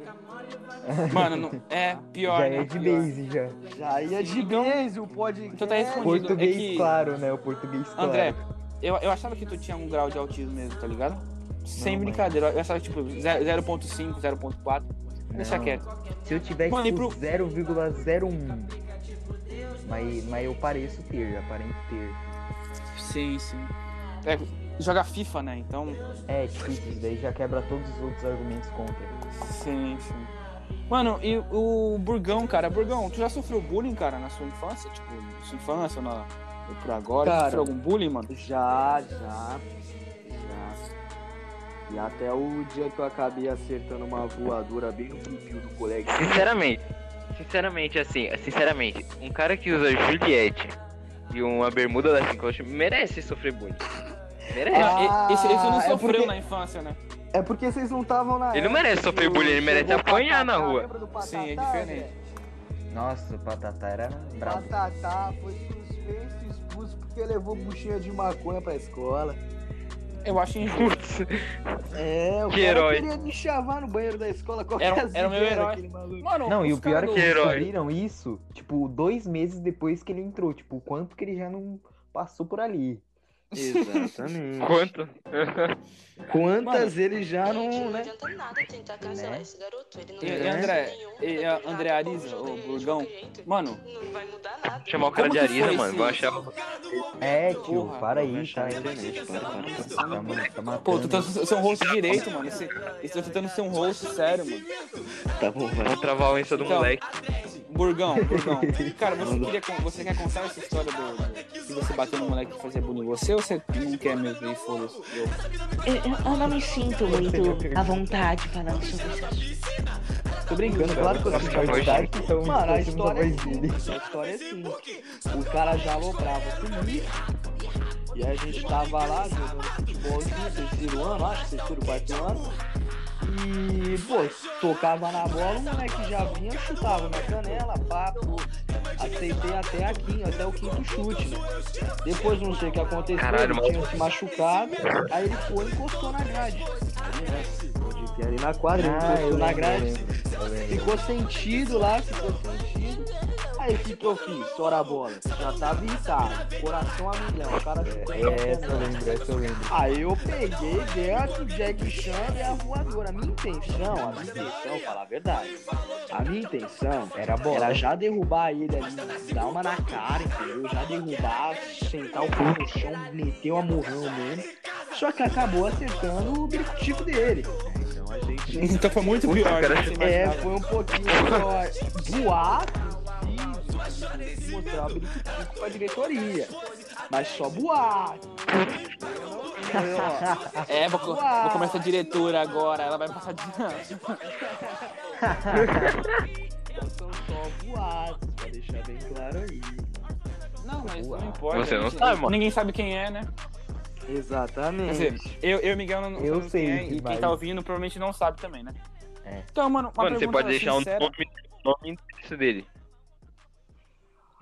Speaker 1: Mano, não- é pior,
Speaker 5: já
Speaker 1: né?
Speaker 5: é de
Speaker 1: Pior.
Speaker 5: base, já.
Speaker 2: Já ia de
Speaker 1: Então-
Speaker 2: base o podcast.
Speaker 1: então tá respondido.
Speaker 5: Português,
Speaker 1: é que-
Speaker 5: claro, né? O português, claro.
Speaker 1: André, eu, eu achava que tu tinha um grau de autismo mesmo, tá ligado? Sem
Speaker 5: Não,
Speaker 1: brincadeira. Eu achava tipo ze- 0.5, 0.4. Deixa
Speaker 5: Não.
Speaker 1: quieto.
Speaker 5: Se eu tivesse
Speaker 1: Mano, e
Speaker 5: tipo,
Speaker 1: pro-
Speaker 5: 0,01. Mas, mas eu pareço ter, aparento ter.
Speaker 1: Sim, sim. É, joga FIFA, né? Então.
Speaker 5: É, tipo, isso daí já quebra todos os outros argumentos contra.
Speaker 1: Sim, sim. Mano, e o Burgão, cara, Burgão, tu já sofreu bullying, cara, na sua infância? Tipo, na sua infância ou, na, ou por agora?
Speaker 2: Cara.
Speaker 1: Tu sofreu algum bullying, mano?
Speaker 2: Já, já. Já. E até o dia que eu acabei acertando uma voadora bem no pupil do colega.
Speaker 3: Sinceramente, sinceramente, assim, sinceramente, um cara que usa Juliette e uma bermuda da Fincoche merece sofrer bullying.
Speaker 1: É,
Speaker 3: Merece.
Speaker 2: Ah,
Speaker 1: E- esse, esse não
Speaker 2: é
Speaker 1: sofreu
Speaker 2: porque-
Speaker 1: na infância, né?
Speaker 2: É porque vocês não estavam
Speaker 1: Ah,
Speaker 2: na.
Speaker 3: Ele não
Speaker 2: época
Speaker 3: merece sofrer
Speaker 2: que
Speaker 3: bullying, ele merece
Speaker 2: chegou o
Speaker 3: apanhar na
Speaker 2: Patatá,
Speaker 3: rua.
Speaker 2: lembra do Patatá, né?
Speaker 1: Sim, é diferente.
Speaker 2: velho?
Speaker 5: Nossa, o Patatá era brabo.
Speaker 2: Patatá foi um suspenso e expulso porque levou buchinha de maconha pra escola.
Speaker 1: Eu acho injusto.
Speaker 3: Putz,
Speaker 2: É, o
Speaker 3: Que
Speaker 2: cara
Speaker 3: herói.
Speaker 2: queria me chavar no banheiro da escola qualquer
Speaker 1: Era um- era o meu
Speaker 2: zigue,
Speaker 1: herói.
Speaker 2: aquele maluco.
Speaker 1: Mano,
Speaker 5: Não, e
Speaker 1: os
Speaker 5: o pior
Speaker 1: cara
Speaker 5: é que
Speaker 1: do-
Speaker 5: eles
Speaker 3: Herói.
Speaker 5: descobriram isso, tipo, dois meses depois que ele entrou. Tipo, o quanto que ele já não passou por ali.
Speaker 4: Exatamente.
Speaker 3: quanto?
Speaker 2: Quantas ele
Speaker 1: Tá
Speaker 2: já não,
Speaker 6: Não
Speaker 2: né?
Speaker 6: adianta nada tentar cancelar
Speaker 5: Né?
Speaker 6: esse garoto. Ele não
Speaker 1: um, E-
Speaker 6: tem
Speaker 1: e
Speaker 6: graça
Speaker 1: André-
Speaker 6: nenhuma,
Speaker 1: e
Speaker 6: tá
Speaker 1: a-
Speaker 6: dominado,
Speaker 1: André
Speaker 6: o
Speaker 1: Ariza, o
Speaker 6: povo joga ele de
Speaker 1: Burgão?
Speaker 6: qualquer jeito.
Speaker 1: Mano,
Speaker 6: Não vai mudar nada.
Speaker 3: Chamar o cara
Speaker 1: Como
Speaker 3: de
Speaker 1: que foi
Speaker 3: Arisa, mano.
Speaker 1: esse-
Speaker 3: Eu achava.
Speaker 5: É, tio,
Speaker 1: Porra.
Speaker 5: para aí,
Speaker 4: Mexe
Speaker 5: tá?
Speaker 4: na internet, para, para, para.
Speaker 5: Tá, mano, tá matando.
Speaker 1: pô, tu tá ser um host direito, mano. Esse, esse tá tentando ser um host sério, mano.
Speaker 4: Tá bom, vai.
Speaker 3: Vou travar o Insta do
Speaker 1: Então.
Speaker 3: moleque.
Speaker 1: Burgão, Burgão. Cara, você, queria, con- você quer contar essa história do, do- que você bateu no moleque que fazia bullying em você ou você não quer mesmo e foda-se? Eu-
Speaker 7: Eu, É, eu- eu não me sinto muito à vontade falando sobre isso.
Speaker 5: Tô brincando, claro que eu
Speaker 1: um
Speaker 3: Nossa, que
Speaker 5: sou que então
Speaker 2: Tá, Mano, a
Speaker 5: distorcemos
Speaker 2: história é
Speaker 5: voz dele.
Speaker 2: simples, a história é simples. O cara já aloprava comigo. E a gente tava lá jogando futebol junto, terceiro ano, acho, terceiro, quarto ano. E, pô, tocava na bola, o moleque já vinha, chutava na canela, papo. Aceitei até aqui, até o quinto chute, né? Depois não sei o que aconteceu,
Speaker 3: Caralho,
Speaker 2: ele tinha se machucado, aí ele foi e encostou na grade. Aí, né, onde que é, Ali na quadra, ele
Speaker 5: Ah, eu
Speaker 2: encostou na
Speaker 5: lembro, eu
Speaker 2: grade.
Speaker 5: lembro,
Speaker 2: *laughs*
Speaker 5: eu lembro.
Speaker 2: Ficou sentido lá, ficou sentido. Aí o que, que eu fiz? Tora a bola. Já tava irritado. Coração a milhão. O cara chutou.
Speaker 5: É, essa eu lembro, essa eu lembro.
Speaker 2: *laughs* Aí eu peguei, dentro, Jack Chan e a voadora. A minha intenção, a minha intenção, falar a verdade. A minha intenção
Speaker 5: Era bola.
Speaker 2: era já derrubar ele ali, dar uma na cara, entendeu? Já derrubar, sentar o pau no chão, meter uma morrão mesmo. Só que acabou acertando o bico tipo dele. Então a gente
Speaker 1: Então foi muito pior.
Speaker 3: cara.
Speaker 1: né? Você
Speaker 2: é,
Speaker 1: imaginava.
Speaker 2: foi um pouquinho pior. Boatos, sim, mostrar o Biritico pra diretoria. Mas só boato.
Speaker 1: É, vou, co- vou começar a diretora agora. Ela vai passar de.
Speaker 2: Então são só boatos, pra deixar bem claro aí.
Speaker 1: Não, mas não importa.
Speaker 3: Você não
Speaker 1: gente.
Speaker 3: sabe, mano.
Speaker 1: Ninguém sabe quem é, né? Quer dizer,
Speaker 2: Exatamente.
Speaker 1: eu, eu e Miguel não
Speaker 5: Eu
Speaker 1: sabemos
Speaker 5: sei,
Speaker 1: quem é, e
Speaker 5: mas-
Speaker 1: quem tá ouvindo provavelmente não sabe também, né?
Speaker 5: É.
Speaker 1: Então, mano, uma
Speaker 3: Mano, você
Speaker 1: pergunta
Speaker 3: pode deixar um
Speaker 1: sincera.
Speaker 3: nome, nome e endereço dele.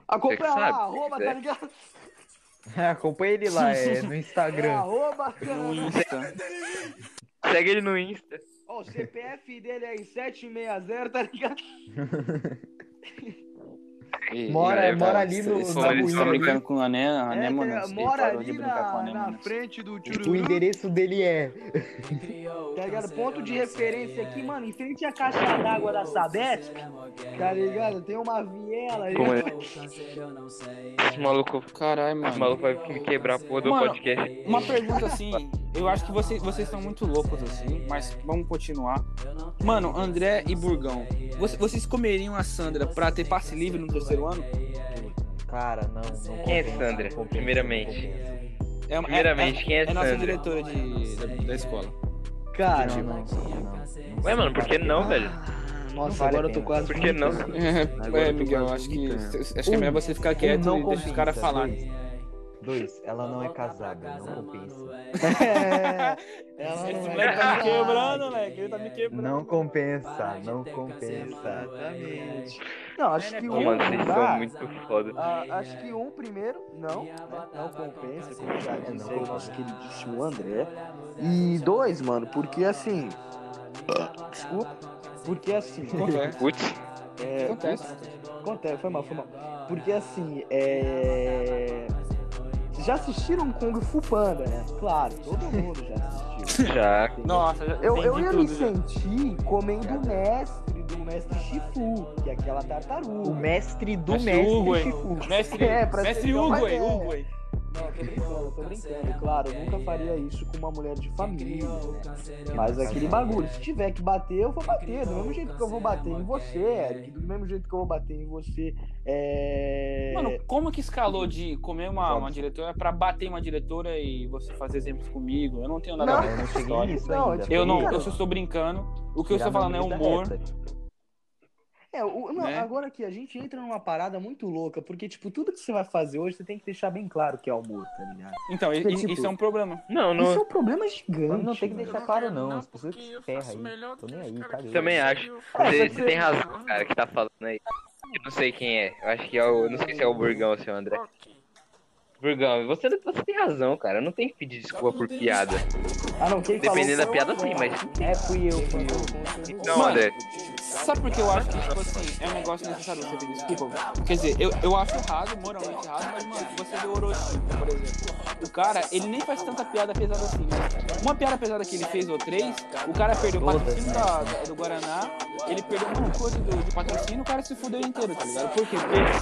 Speaker 2: Acompanha lá,
Speaker 3: sabe,
Speaker 2: arroba,
Speaker 3: você
Speaker 2: tá ligado?
Speaker 5: Acompanha ele lá, é, no
Speaker 2: É,
Speaker 5: Instagram.
Speaker 2: arroba,
Speaker 1: no
Speaker 2: cara.
Speaker 1: Insta.
Speaker 3: Segue ele no Insta.
Speaker 2: Ó, o CPF dele é em 760, tá ligado?
Speaker 1: E-
Speaker 5: Mora-
Speaker 1: e-
Speaker 5: mora ali no- né?
Speaker 1: Vocês
Speaker 3: na
Speaker 1: estão- vocês estão
Speaker 3: rua.
Speaker 1: tá brincando com o Ané, a Ané,
Speaker 2: É,
Speaker 1: mano.
Speaker 2: tá-
Speaker 1: vocês
Speaker 2: mora
Speaker 1: param de
Speaker 2: ali
Speaker 1: brincar com a
Speaker 2: na,
Speaker 1: Ané,
Speaker 2: na
Speaker 1: mano.
Speaker 2: frente do
Speaker 5: O
Speaker 2: Tchururu.
Speaker 5: endereço dele é.
Speaker 2: Tá ligado? Ponto de referência aqui, mano, em frente à caixa d'água da Sabesp, tá ligado? Tem uma viela aí.
Speaker 3: Como é? Esse maluco,
Speaker 1: Caralho,
Speaker 3: esse
Speaker 1: mano.
Speaker 3: maluco vai me quebrar a porra do
Speaker 1: Mano, é-
Speaker 3: podcast.
Speaker 1: Uma pergunta assim, eu acho que vocês, vocês estão muito loucos assim, mas vamos continuar. Mano, André e Burgão, vocês, vocês comeriam a Sandra pra ter passe livre no terceiro ano?
Speaker 5: Cara, não, não
Speaker 3: Quem é
Speaker 5: compensa,
Speaker 3: Sandra,
Speaker 5: não compensa,
Speaker 3: primeiramente?
Speaker 5: não compensa.
Speaker 1: É, é-
Speaker 3: Primeiramente, quem é
Speaker 1: é, é nossa
Speaker 3: Sandra?
Speaker 1: diretora de, da, da escola.
Speaker 2: Cara,
Speaker 5: Não, não, não, não.
Speaker 3: Ué, mano, por que não, velho?
Speaker 2: nossa,
Speaker 5: vale
Speaker 2: agora
Speaker 5: a
Speaker 2: eu tô
Speaker 5: pena.
Speaker 2: quase.
Speaker 3: Por que não?
Speaker 1: É, é Miguel, acho que, acho que é melhor você ficar quieto
Speaker 5: não é
Speaker 1: e deixa os caras
Speaker 5: compensa,
Speaker 1: falar.
Speaker 5: dois. Dois, ela não é casada, não *laughs* compensa.
Speaker 2: Ela
Speaker 5: é
Speaker 1: Esse
Speaker 2: não
Speaker 1: moleque tá me
Speaker 2: vai
Speaker 1: quebrando, moleque. Ele tá me quebrando.
Speaker 5: Não compensa, não compensa.
Speaker 2: Exatamente. Não, acho que
Speaker 3: Ô,
Speaker 2: um
Speaker 3: mano, vocês são
Speaker 2: dá.
Speaker 3: muito foda.
Speaker 2: Ah, acho que um primeiro, não, né? não compensa, como já disse aí o nosso queridíssimo André. E dois, mano, porque assim. Desculpa. Porque assim.
Speaker 1: Acontece.
Speaker 3: Putz,
Speaker 2: É,
Speaker 1: Acontece.
Speaker 2: Acontece, foi mal, foi mal. Porque assim, é. Vocês já assistiram Kung Fu Panda, né? Claro, todo mundo já assistiu.
Speaker 3: já.
Speaker 1: Nossa, já
Speaker 2: Eu, eu
Speaker 1: entendi
Speaker 2: ia me
Speaker 1: tudo, já.
Speaker 2: sentir comendo o mestre do mestre Shifu, que é aquela tartaruga.
Speaker 5: O mestre do
Speaker 1: Mestre
Speaker 5: mestre,
Speaker 1: Hugo, hein?
Speaker 5: Shifu.
Speaker 1: Mestre,
Speaker 2: É, pra
Speaker 1: mestre
Speaker 2: ser-
Speaker 1: Hugo,
Speaker 2: mas
Speaker 1: hein?
Speaker 2: é.
Speaker 1: Hugo, hein?
Speaker 2: Não, eu tô brincando, eu tô brincando. Claro, eu nunca faria isso com uma mulher de família, né?
Speaker 5: Tá
Speaker 2: Mas aquele bagulho, se tiver que bater, eu vou bater. Do mesmo jeito que eu vou bater em você, Eric. Do mesmo jeito que eu vou bater em você. É.
Speaker 1: Mano, como que escalou de comer uma, uma diretora pra bater uma diretora e você fazer exemplos comigo? Eu não tenho nada a ver com essa história.
Speaker 5: Isso
Speaker 2: Não,
Speaker 5: ainda.
Speaker 2: tipo,
Speaker 1: Eu não,
Speaker 2: Cara,
Speaker 1: eu só estou brincando. O que eu estou falando é humor.
Speaker 2: É, o- não,
Speaker 1: Né?
Speaker 2: agora que a gente entra numa parada muito louca, porque, tipo, tudo que você vai fazer hoje, você tem que deixar bem claro que é amor, tá ligado?
Speaker 1: Então, i-
Speaker 2: Porque,
Speaker 1: i-
Speaker 2: tipo,
Speaker 1: isso é um problema.
Speaker 3: Não,
Speaker 2: Isso é
Speaker 3: não.
Speaker 2: um problema gigante.
Speaker 5: Mas não tem que
Speaker 2: mano.
Speaker 5: deixar claro, não. As pessoas que se ferram aí. Tô nem aí, tá caguei.
Speaker 3: Também acho. Você, você tem razão, cara, que tá falando aí. Eu não sei quem é. Eu acho que é o. eu Não sei se é o Burgão ou se é o André. Burgão, você, você tem razão, cara. Eu não tenho que pedir desculpa por piada.
Speaker 2: Ah, não, quem
Speaker 3: Dependendo da
Speaker 2: falou foi o
Speaker 3: piada, sim,
Speaker 2: André.
Speaker 3: mas.
Speaker 5: É, fui eu, fui eu.
Speaker 3: Não,
Speaker 1: Mano,
Speaker 3: André.
Speaker 1: Sabe por que eu acho que, tipo assim, é um negócio necessário você pedir desculpa? Quer dizer, eu, eu acho errado, moralmente errado, mas, mano, você vê o Orochi, por exemplo. O cara, ele nem faz tanta piada pesada assim, mas uma piada pesada que ele fez ou três, o cara perdeu o patrocínio da- da- do Guaraná, ele perdeu um monte de coisa do, de patrocínio, o cara se fudeu inteiro, tá ligado? Por quê?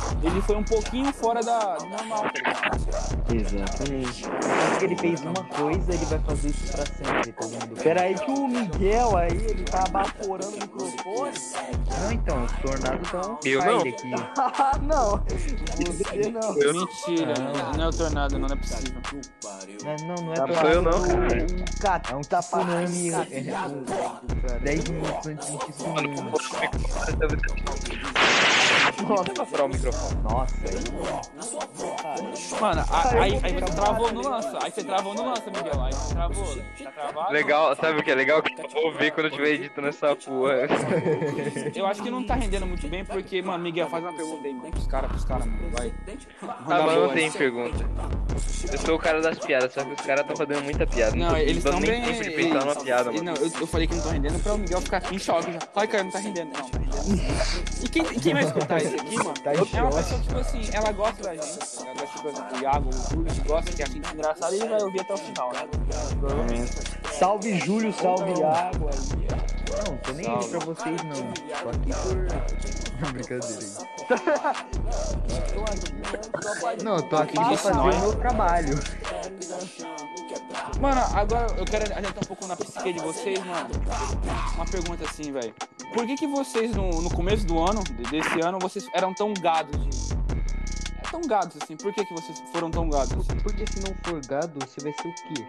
Speaker 1: Porque ele foi um pouquinho fora da, do normal, tá ligado?
Speaker 2: Exatamente.
Speaker 5: Porque ele fez uma coisa, ele vai fazer isso pra sempre. Todo mundo.
Speaker 2: Peraí que o Miguel aí, ele tá abaforando o microfone.
Speaker 5: Não, então, os tornados dão
Speaker 3: Eu não.
Speaker 5: saída *laughs* aqui.
Speaker 2: Ah, não. Você não.
Speaker 1: Mentira, não, não é o tornado, não, não é possível.
Speaker 5: Mas Não, não é
Speaker 3: Não
Speaker 5: tornado.
Speaker 3: sou Tá eu, não, cara.
Speaker 2: Um cat...
Speaker 5: É um tsunami. é, 10 minutos antes de tsunami.
Speaker 2: Nossa,
Speaker 3: Pra o microfone.
Speaker 5: Nossa, aí
Speaker 1: Mano, a- aí, aí você travou no lança, aí você travou no lança, Miguel, aí você travou, tá travado?
Speaker 3: Legal, sabe o que é legal? Que eu vou ver quando eu tiver editando essa porra. *laughs*
Speaker 1: Eu acho que não tá rendendo muito bem, porque, mano, Miguel, faz uma pergunta aí, mano, pros caras, pros caras, mano, vai.
Speaker 3: Ah,
Speaker 1: Manda
Speaker 3: mas
Speaker 1: boa
Speaker 3: não
Speaker 1: aí.
Speaker 3: tem pergunta. Eu sou o cara das piadas, só que os caras estão fazendo muita piada.
Speaker 1: Não,
Speaker 3: tô
Speaker 1: eles
Speaker 3: dando
Speaker 1: estão
Speaker 3: nem
Speaker 1: bem...
Speaker 3: tempo de pensar numa piada,
Speaker 1: eles-
Speaker 3: mano.
Speaker 1: Não, eu, eu falei que não tô rendendo pra o Miguel ficar aqui em choque já. Ai, cara, não tá rendendo, não, tá rendendo. E quem, e quem vai escutar isso aqui, mano?
Speaker 5: Tá em
Speaker 1: é uma
Speaker 5: choque.
Speaker 1: pessoa, tipo assim, ela gosta da gente, ela gosta, tipo, do Iago, o Júlio, que gosta, que a gente engraçado, e ele vai ouvir até o final, né?
Speaker 2: salve Júlio, salve Iago aí.
Speaker 5: Não, tô nem aí pra vocês, não. Tô aqui
Speaker 3: *laughs*
Speaker 5: por. Brincadeira aí.
Speaker 2: Tô aqui, só pra-
Speaker 5: Não, eu tô aqui pra
Speaker 2: É
Speaker 1: Passa,
Speaker 5: fazer
Speaker 1: não,
Speaker 5: o meu trabalho.
Speaker 1: Mano, agora eu quero adiantar um pouco na psique de vocês, mano. Uma pergunta assim, velho. Por que que vocês, no, no começo do ano, de- desse ano, vocês eram tão gados de... é, Tão gados, assim. Por que que vocês foram tão gados? assim?
Speaker 5: Porque se não for gado, você vai ser o quê?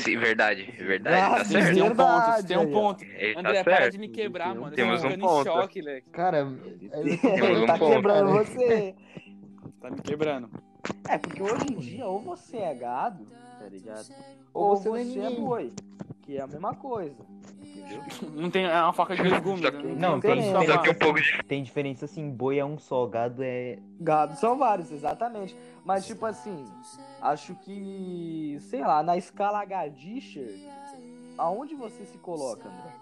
Speaker 3: Sim, verdade, verdade, tá
Speaker 2: Graças a
Speaker 3: certo.
Speaker 1: Tem um ponto,
Speaker 2: Verdade,
Speaker 1: tem um
Speaker 2: aí, ó.
Speaker 1: ponto.
Speaker 3: Ele tá
Speaker 1: André, para
Speaker 3: certo.
Speaker 1: de me quebrar, mano.
Speaker 3: Temos
Speaker 1: eu tô
Speaker 3: um
Speaker 1: ficando em
Speaker 3: ponto.
Speaker 1: choque, Leque.
Speaker 5: Cara,
Speaker 3: Temos um
Speaker 2: tá
Speaker 3: ponto.
Speaker 2: quebrando você.
Speaker 1: Tá me quebrando.
Speaker 2: É, porque hoje em dia ou você é gado, tá ligado? Ou,
Speaker 5: Ou
Speaker 2: você,
Speaker 5: você não é
Speaker 2: é
Speaker 5: ninguém.
Speaker 2: boi, que é a mesma coisa. Entendeu?
Speaker 1: Não tem... É uma faca de dois gumes, né?
Speaker 5: Não, tem,
Speaker 2: tem-
Speaker 1: só
Speaker 3: Só que
Speaker 1: uma.
Speaker 3: um pouco de.
Speaker 5: tem diferença assim, boi é um só, gado é.
Speaker 2: Gado são vários, exatamente. Mas, tipo assim, acho que, sei lá, na escala Gadisher, aonde você se coloca, André?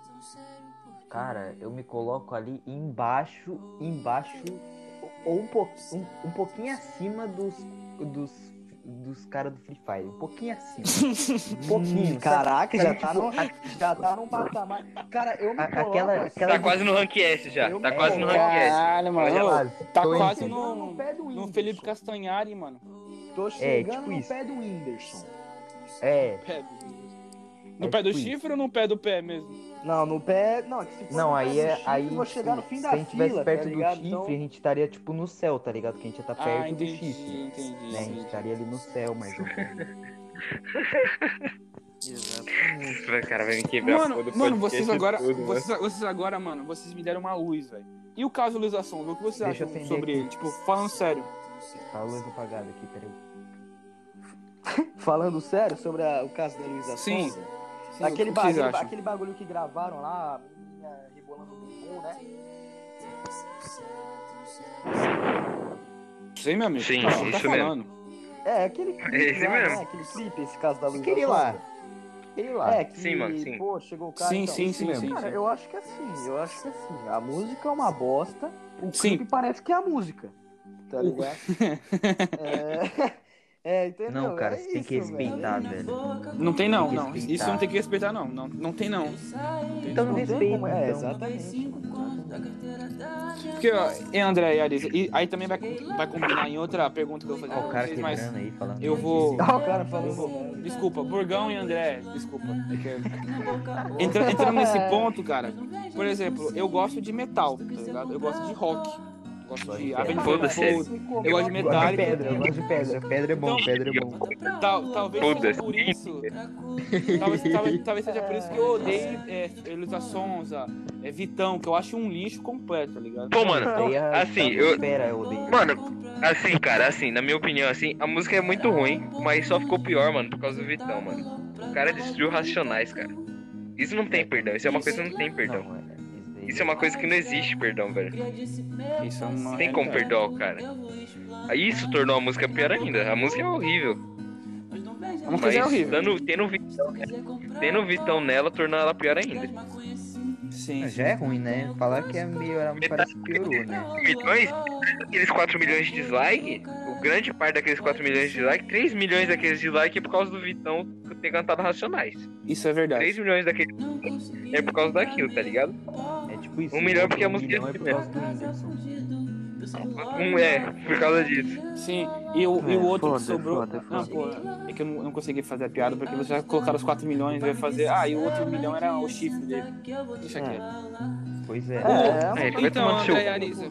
Speaker 5: Um Cara, eu me coloco ali embaixo, embaixo, ou um, po- um, um pouquinho acima dos. dos. dos caras do Free Fire. Um pouquinho acima. Um pouquinho, sabe?
Speaker 2: Caraca, já
Speaker 5: Sabe,
Speaker 2: tá,
Speaker 5: tipo,
Speaker 2: num, já tá num patamar. Cara, eu me
Speaker 5: A-
Speaker 2: coloco
Speaker 5: aquela-
Speaker 2: assim,
Speaker 5: aquela-
Speaker 3: Tá quase no rank S já.
Speaker 2: Eu-
Speaker 3: Tá quase no rank S.
Speaker 1: Caralho,
Speaker 3: Olha
Speaker 1: mano.
Speaker 5: Quase.
Speaker 1: Tá
Speaker 5: Tô
Speaker 1: quase
Speaker 5: indo.
Speaker 2: chegando
Speaker 1: no...
Speaker 2: no pé do
Speaker 1: No
Speaker 2: Whindersson.
Speaker 1: Felipe Castanhari, mano.
Speaker 2: Tô chegando
Speaker 5: tipo
Speaker 2: no
Speaker 5: isso.
Speaker 2: pé do Whindersson.
Speaker 5: É.
Speaker 1: Pé.
Speaker 5: É
Speaker 1: No pé do
Speaker 5: tipo isso.
Speaker 1: chifre ou no pé do pé mesmo?
Speaker 2: Não, no pé. Não, é que se for
Speaker 5: Não,
Speaker 2: no
Speaker 5: aí
Speaker 2: pé do
Speaker 5: é.
Speaker 2: chifre,
Speaker 5: Aí,
Speaker 2: eu vou chegar no fim
Speaker 5: se
Speaker 2: da
Speaker 5: a gente
Speaker 2: fila,
Speaker 5: estivesse perto
Speaker 2: tá
Speaker 5: do
Speaker 2: ligado?
Speaker 5: chifre,
Speaker 2: Então-
Speaker 5: a gente estaria tipo no céu, tá ligado? Que a gente ia estar perto
Speaker 1: Ah,
Speaker 5: do chifre.
Speaker 1: entendi, entendi.
Speaker 5: Né? A gente estaria ali no céu, mas.
Speaker 3: O cara vai me quebrar a porra
Speaker 1: Mano, mano,
Speaker 3: do podcast né?
Speaker 1: vocês agora.
Speaker 3: todo, mano.
Speaker 1: vocês, vocês agora, mano, vocês me deram uma luz, velho. E o caso Luiz Assunção, o que vocês
Speaker 5: Deixa eu
Speaker 1: acham
Speaker 5: acender
Speaker 1: sobre
Speaker 5: aqui.
Speaker 1: ele? Tipo, falando sério.
Speaker 5: Tá a luz apagada aqui, peraí.
Speaker 2: Falando sério sobre a- o caso da Luísa
Speaker 1: Sim.
Speaker 2: Sonza,
Speaker 1: Sim,
Speaker 2: aquele,
Speaker 1: o que vocês
Speaker 2: bagulho,
Speaker 1: acham?
Speaker 2: aquele bagulho que gravaram lá, a menina rebolando o bumbum, né?
Speaker 1: Isso aí, meu amigo.
Speaker 3: Sim,
Speaker 1: Tá- tá
Speaker 3: isso
Speaker 1: falando.
Speaker 4: É, aquele clipe.
Speaker 3: Esse
Speaker 4: lá,
Speaker 3: mesmo.
Speaker 4: Né? Aquele clipe, esse caso da Luísa.
Speaker 5: Aquele lá.
Speaker 4: Sonza.
Speaker 5: Ele
Speaker 2: Ah.
Speaker 5: lá.
Speaker 4: É, que,
Speaker 3: Sim, mano, sim.
Speaker 4: pô, chegou o cara.
Speaker 1: Sim,
Speaker 4: então,
Speaker 1: sim,
Speaker 4: isso
Speaker 1: sim,
Speaker 4: mesmo.
Speaker 1: sim,
Speaker 4: Cara,
Speaker 1: sim.
Speaker 4: eu acho que é assim, eu acho que é assim. A música é uma bosta, o
Speaker 1: Sim.
Speaker 4: clipe parece que é a música. Tá
Speaker 1: O-
Speaker 5: *laughs*
Speaker 4: ligado? é, é, entendeu?
Speaker 5: Não, cara,
Speaker 4: É
Speaker 5: você tem que
Speaker 4: isso, velho.
Speaker 5: respeitar, velho.
Speaker 1: Não tem não,
Speaker 5: Tem que
Speaker 1: não.
Speaker 5: respeitar.
Speaker 1: Isso não tem que respeitar, não. Não, não tem não.
Speaker 5: Então
Speaker 4: Não tem como-
Speaker 5: respeita.
Speaker 4: É,
Speaker 5: então.
Speaker 4: exatamente.
Speaker 1: Porque, ó, e André e Arisa, e aí também vai, vai combinar em outra pergunta que eu vou fazer
Speaker 5: Ó, o
Speaker 1: pra
Speaker 5: cara
Speaker 1: vocês, mas
Speaker 5: quebrando aí, falando.
Speaker 1: eu vou...
Speaker 4: Olha o cara
Speaker 1: eu
Speaker 4: falando.
Speaker 1: vou- Desculpa, Burgão e André, desculpa. É que- Entra- entrando nesse ponto, cara, por exemplo, eu gosto de metal, tá ligado? Eu gosto de rock. Gosto de Avenged Sevenfold, eu gosto de
Speaker 5: Eu gosto de
Speaker 1: Metallica.
Speaker 5: pedra, eu gosto de pedra. Pedra é bom,
Speaker 1: Então-
Speaker 5: pedra é bom.
Speaker 1: Tal- talvez
Speaker 3: Foda-se.
Speaker 1: seja por isso. Talvez, talvez, talvez seja por isso que eu odeio é, Luísa Sonza, é, Vitão, que eu acho um lixo completo, tá ligado?
Speaker 3: Pô, mano,
Speaker 5: Daí a-
Speaker 3: assim,
Speaker 5: da
Speaker 3: eu-
Speaker 5: Espera, eu odeio.
Speaker 3: Mano, assim, cara, assim, na minha opinião, assim, a música é muito ruim, mas só ficou pior, mano, por causa do Vitão, mano. O cara destruiu Racionais, cara. Isso não tem perdão, isso é uma coisa que não tem perdão.
Speaker 5: Não, é- isso daí-
Speaker 3: Isso é uma coisa que não existe perdão, velho.
Speaker 1: Isso é uma
Speaker 3: Não tem como
Speaker 1: realidade.
Speaker 3: perdoar o cara. Isso tornou a música pior ainda. A música é horrível.
Speaker 1: É uma
Speaker 3: Mas
Speaker 1: coisa horrível.
Speaker 3: dando, tendo o Vitão, né? tendo o
Speaker 8: um
Speaker 3: Vitão então, nela, tornou ela pior ainda.
Speaker 1: Sim,
Speaker 5: Já é ruim, né? Falar que é melhorar me parece que piorou, né?
Speaker 3: milhões, aqueles 4 milhões de dislike, o grande parte daqueles 4 milhões de dislike, 3 milhões daqueles dislike é por causa do Vitão ter cantado Racionais.
Speaker 1: isso é
Speaker 3: 3
Speaker 1: verdade.
Speaker 3: milhões daqueles é por causa daquilo, tá ligado?
Speaker 5: É tipo isso.
Speaker 3: Um milhão
Speaker 5: eu
Speaker 3: porque a
Speaker 5: odeio
Speaker 3: música é
Speaker 5: um milhão é por
Speaker 3: assim
Speaker 5: causa do Whindersson.
Speaker 3: Um é,
Speaker 8: tá
Speaker 3: por causa disso.
Speaker 1: Sim, e o, e o
Speaker 4: É,
Speaker 1: outro
Speaker 4: foda,
Speaker 1: que sobrou.
Speaker 4: foda,
Speaker 1: Não, pô, é que eu não, eu não consegui fazer a piada porque vocês já colocaram os 4 milhões e vai fazer. Ah, e o outro milhão
Speaker 8: é
Speaker 1: era o chifre dele. Deixa aqui.
Speaker 5: Pois é,
Speaker 4: É,
Speaker 3: É, ele vai
Speaker 1: Então,
Speaker 3: tomar no seu
Speaker 1: André e
Speaker 3: cu.
Speaker 1: Arisa,
Speaker 5: tá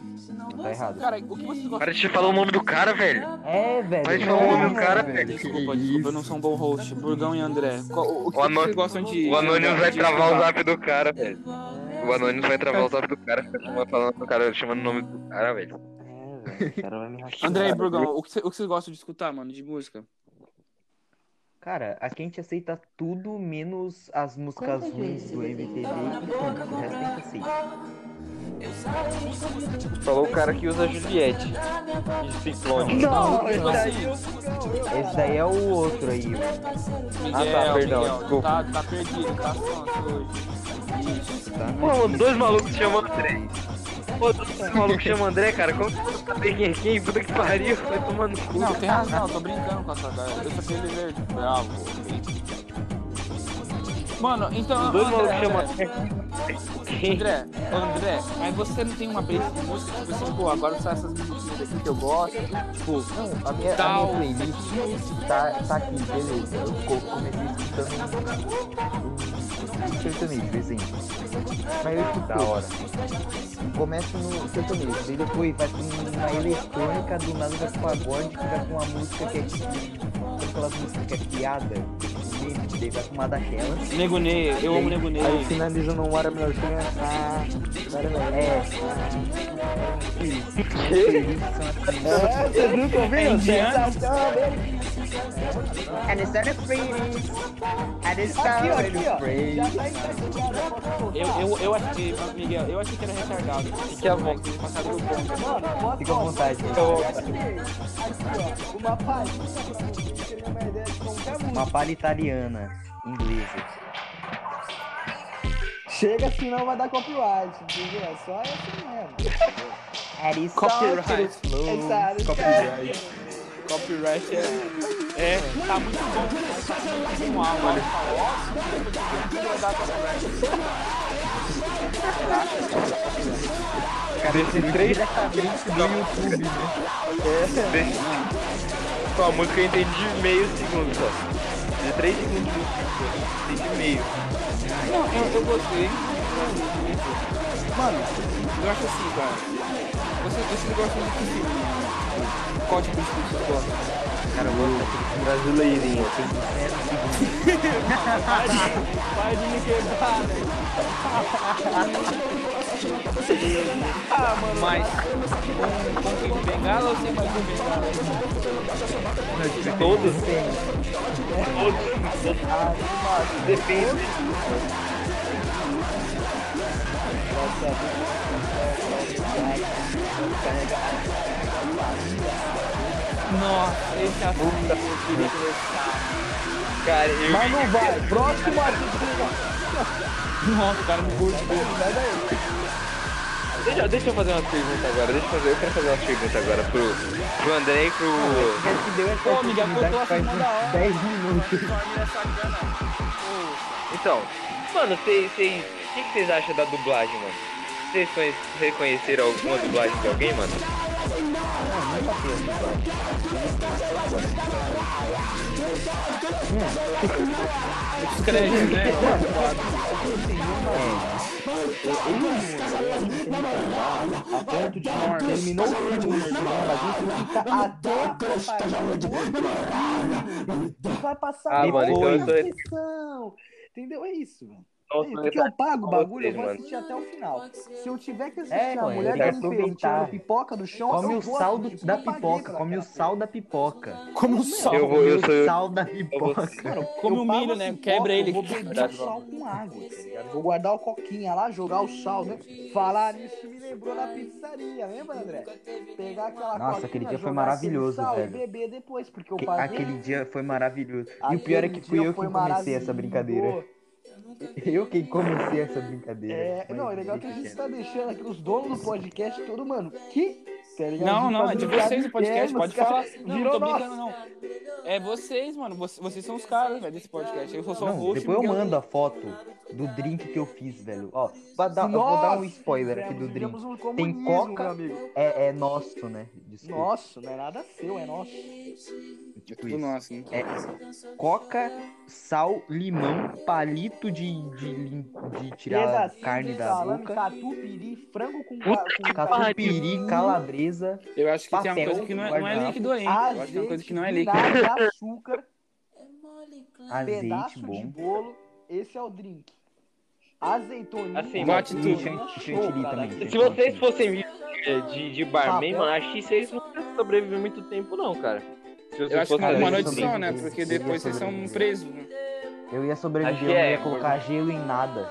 Speaker 5: errado.
Speaker 1: cara, o que vocês gostam?
Speaker 3: Para de falar o nome do cara, velho.
Speaker 5: É, velho.
Speaker 3: Para de falar o nome do
Speaker 5: é,
Speaker 3: cara,
Speaker 5: velho.
Speaker 3: velho.
Speaker 1: Desculpa, desculpa, eu não sou um bom host. Burgão e André. Qual- o que
Speaker 3: O Anônimo-
Speaker 1: vocês gostam de.
Speaker 3: O Anônimos vai
Speaker 1: de
Speaker 3: travar o
Speaker 1: escutar?
Speaker 3: zap do cara, velho. O Anônimos vai travar o zap do cara, fica chamando- falando do cara, chamando o nome do cara, velho.
Speaker 4: o cara vai me racionar.
Speaker 1: André e Burgão, o que cê- o que vocês gostam de escutar, mano, de música?
Speaker 5: Cara, aqui a gente aceita tudo menos as músicas ruins do MTV. O resto a gente aceita.
Speaker 3: Falou o cara que usa Juliette. Ciclone.
Speaker 4: Não,
Speaker 1: Tipo assim,
Speaker 5: Esse daí é o outro aí.
Speaker 1: Ah,
Speaker 3: tá, perdão, desculpa.
Speaker 1: Tá, tá perdido, tá sonso hoje. Isso.
Speaker 3: Mano, dois malucos chamam André. Pô, dois malucos chamam André, cara. Como que eu não sabe quem é quem? Puta que pariu. Vai tomando cu.
Speaker 1: Não, tem razão, eu tô brincando com essa cara. Eu sou aquele verde, bravo. Mano, então.
Speaker 3: Dois
Speaker 1: André,
Speaker 3: malucos chamam
Speaker 1: André,
Speaker 3: André. Quem?
Speaker 1: André, André, mas você não tem uma playlist de música? Tipo assim, pô, agora são essas músicas aqui que eu gosto. Tipo,
Speaker 5: A minha, a
Speaker 1: Tal.
Speaker 5: minha playlist tá, tá aqui, beleza. Eu co- comecei escutando um sertanejo, por exemplo. Mas eu escuto da hora. Começa no sertanejo, daí depois vai pra uma eletrônica, do nada vai pro pagode, fica com uma música que é tipo, aquelas músicas que é piada, meme, daí vai pra uma daquelas.
Speaker 1: Nego Ney, eu amo Nego Ney.
Speaker 4: Aí finaliza no Mara Melzinha. Ah, Mara
Speaker 5: É.
Speaker 4: É, você viu que eu vi?
Speaker 1: É indiano?
Speaker 5: And it's not a freeze. And it's
Speaker 4: Aqui, ó, aqui, ó. Já tá encaixado, eu posso soltar.
Speaker 1: Eu, eu, eu achei, Miguel, eu achei que era retardado. Que é bom. Passado um do ponto.
Speaker 4: Mano, posso
Speaker 5: Fica à vontade.
Speaker 4: Aqui, ó. Uma palhinha pra você ter uma ideia de como que é a música.
Speaker 5: Uma palha italiana, inglesa.
Speaker 4: Chega, senão vai dar copyright, entendeu? É só essa mesmo. É
Speaker 1: Copyright.
Speaker 4: Essa área-
Speaker 1: Copyright é. É, tá muito bom. Tá muito bom. Agora fala, ó, tem que dar copyright.
Speaker 3: Desses três. Desse- Pô, É. a música eu entendi meio segundo só. De três segundos. eu Entendi meio.
Speaker 1: Não, eu, eu gostei. Mano, eu acho assim, cara. Vocês, vocês gostam de que filme? Qual tipo de filme vocês gostam?
Speaker 3: Brasileirinho.
Speaker 1: Vai de me quebrar, Ah, mano, mas com- com filme bengala ou sem mais um bengala?
Speaker 3: Todos? Todos. Depende.
Speaker 1: Nossa, esse assunto eu queria começar.
Speaker 3: Cara, eu.
Speaker 2: Mas não vai. Próximo assunto.
Speaker 1: Nossa, o cara me curtiu.
Speaker 3: Deixa, deixa eu fazer uma pergunta agora. Deixa eu fazer. Eu quero fazer uma pergunta agora pro, pro André e pro.
Speaker 5: Quer que deu essa
Speaker 1: Ô, Miguel,
Speaker 5: oportunidade
Speaker 1: contou a
Speaker 5: faz
Speaker 1: cena
Speaker 5: uns
Speaker 1: da hora.
Speaker 5: 10 minutos.
Speaker 3: Então, mano, vocês. vocês- O que que vocês acham da dublagem, mano? Vocês conhe- reconheceram alguma dublagem de alguém, mano?
Speaker 1: Os créditos, né?
Speaker 2: A ponto de não terminou o filme, irmão. A gente fica até
Speaker 5: um
Speaker 2: a parte. Vai
Speaker 3: Ah,
Speaker 2: passar depois
Speaker 3: mano, então eu
Speaker 2: da
Speaker 3: tô-
Speaker 2: sessão. Entendeu? É isso, mano. É isso, Porque eu pago o bagulho, eu vou assistir até o final. Se eu tiver que assistir
Speaker 5: É,
Speaker 2: a
Speaker 5: mano,
Speaker 2: mulher
Speaker 5: tem
Speaker 2: que
Speaker 5: que
Speaker 2: me fez
Speaker 5: aproveitar.
Speaker 2: tirando pipoca do chão,
Speaker 5: Come
Speaker 2: eu
Speaker 5: o
Speaker 2: vou
Speaker 5: sal
Speaker 2: assistir,
Speaker 5: do- da
Speaker 2: eu paguei assim.
Speaker 5: pipoca.
Speaker 2: pela
Speaker 5: Come o
Speaker 2: cara.
Speaker 5: sal da pipoca.
Speaker 1: Como sal.
Speaker 3: Eu vou, eu
Speaker 5: Come o
Speaker 3: sou.
Speaker 5: sal da
Speaker 3: Eu vou.
Speaker 2: *laughs*
Speaker 5: pipoca.
Speaker 2: Cara,
Speaker 1: Come
Speaker 2: eu
Speaker 1: o
Speaker 2: pago
Speaker 1: milho,
Speaker 2: a
Speaker 1: né?
Speaker 2: pipoca,
Speaker 1: Quebra ele.
Speaker 2: Eu vou beber o sal com água, tá ligado? Vou guardar o coquinha lá, jogar o sal, né? Falar nisso me lembrou da pizzaria, lembra, André? Pegar aquela
Speaker 5: Nossa,
Speaker 2: coquinha,
Speaker 5: aquele dia foi
Speaker 2: jogar
Speaker 5: maravilhoso,
Speaker 2: sem sal
Speaker 5: velho.
Speaker 2: E beber depois, porque eu
Speaker 5: Que-
Speaker 2: paguei.
Speaker 5: Aquele dia foi maravilhoso. E o
Speaker 2: aquele
Speaker 5: pior é que fui
Speaker 2: um dia
Speaker 5: eu
Speaker 2: foi
Speaker 5: quem comecei essa
Speaker 2: maravilhoso.
Speaker 5: brincadeira. *laughs* Eu quem comecei essa brincadeira.
Speaker 2: É,
Speaker 5: Mas
Speaker 2: não, é legal que a
Speaker 5: deixa
Speaker 2: gente tá
Speaker 5: quieto.
Speaker 2: deixando aqui os donos do podcast todo, mano. Que? Tá ligado? A
Speaker 1: Não,
Speaker 2: gente
Speaker 1: não,
Speaker 2: tá
Speaker 1: é de
Speaker 2: brincando
Speaker 1: vocês o podcast,
Speaker 2: interno,
Speaker 1: pode
Speaker 2: os caras
Speaker 1: falar. Não, não
Speaker 2: virou
Speaker 1: tô
Speaker 2: nosso.
Speaker 1: brincando, não. É vocês, mano. Vocês, vocês são os caras, velho, desse podcast. Eu sou só o
Speaker 5: Não,
Speaker 1: host.
Speaker 5: depois eu
Speaker 1: Miguel-
Speaker 5: mando a foto do drink que eu fiz, velho. Ó, pra dar- eu vou
Speaker 2: Nossa, um-
Speaker 5: dar um spoiler aqui do
Speaker 2: vivemos
Speaker 5: drink.
Speaker 2: um comunismo,
Speaker 5: coca?
Speaker 2: meu amigo.
Speaker 5: É, é nosso, né? Desculpa.
Speaker 2: Nosso, não é nada seu, é nosso.
Speaker 5: tipo
Speaker 1: Do
Speaker 5: isso.
Speaker 1: nosso, né?
Speaker 5: É coca, sal, limão, palito de, de, lim- de tirar a
Speaker 2: Pedacinho
Speaker 5: carne
Speaker 2: de
Speaker 5: da
Speaker 2: salame,
Speaker 5: boca,
Speaker 2: Catupiry, frango com,
Speaker 3: Puta
Speaker 2: com
Speaker 5: catupiry, calabresa.
Speaker 1: Eu acho que tem
Speaker 5: Papel,
Speaker 1: uma coisa que não é, não é
Speaker 5: guardanapo.
Speaker 1: líquido aí.
Speaker 2: Ah,
Speaker 1: Eu acho que tem uma coisa que não é líquido.
Speaker 2: azeite, vinagre, açúcar,
Speaker 5: *laughs*
Speaker 3: Ah,
Speaker 5: Azeite
Speaker 2: pedaço de
Speaker 5: bom.
Speaker 2: bolo. Esse é o drink. Azeitoninha.
Speaker 3: Assim,
Speaker 1: Boa atitude.
Speaker 5: Chantilly também.
Speaker 3: Se vocês fossem é de, de
Speaker 1: Ah,
Speaker 3: barman, mano, acho que vocês não iam sobreviver muito tempo, não, cara. Se vocês
Speaker 1: Eu acho que
Speaker 3: fossem-
Speaker 1: uma, uma
Speaker 5: eu
Speaker 1: noite
Speaker 5: também
Speaker 1: só, né?
Speaker 5: fiz.
Speaker 1: Porque depois vocês são presos. né?
Speaker 5: Eu ia sobreviver,
Speaker 3: Acho
Speaker 5: eu
Speaker 3: que
Speaker 5: não
Speaker 3: é,
Speaker 5: ia colocar gelo em nada.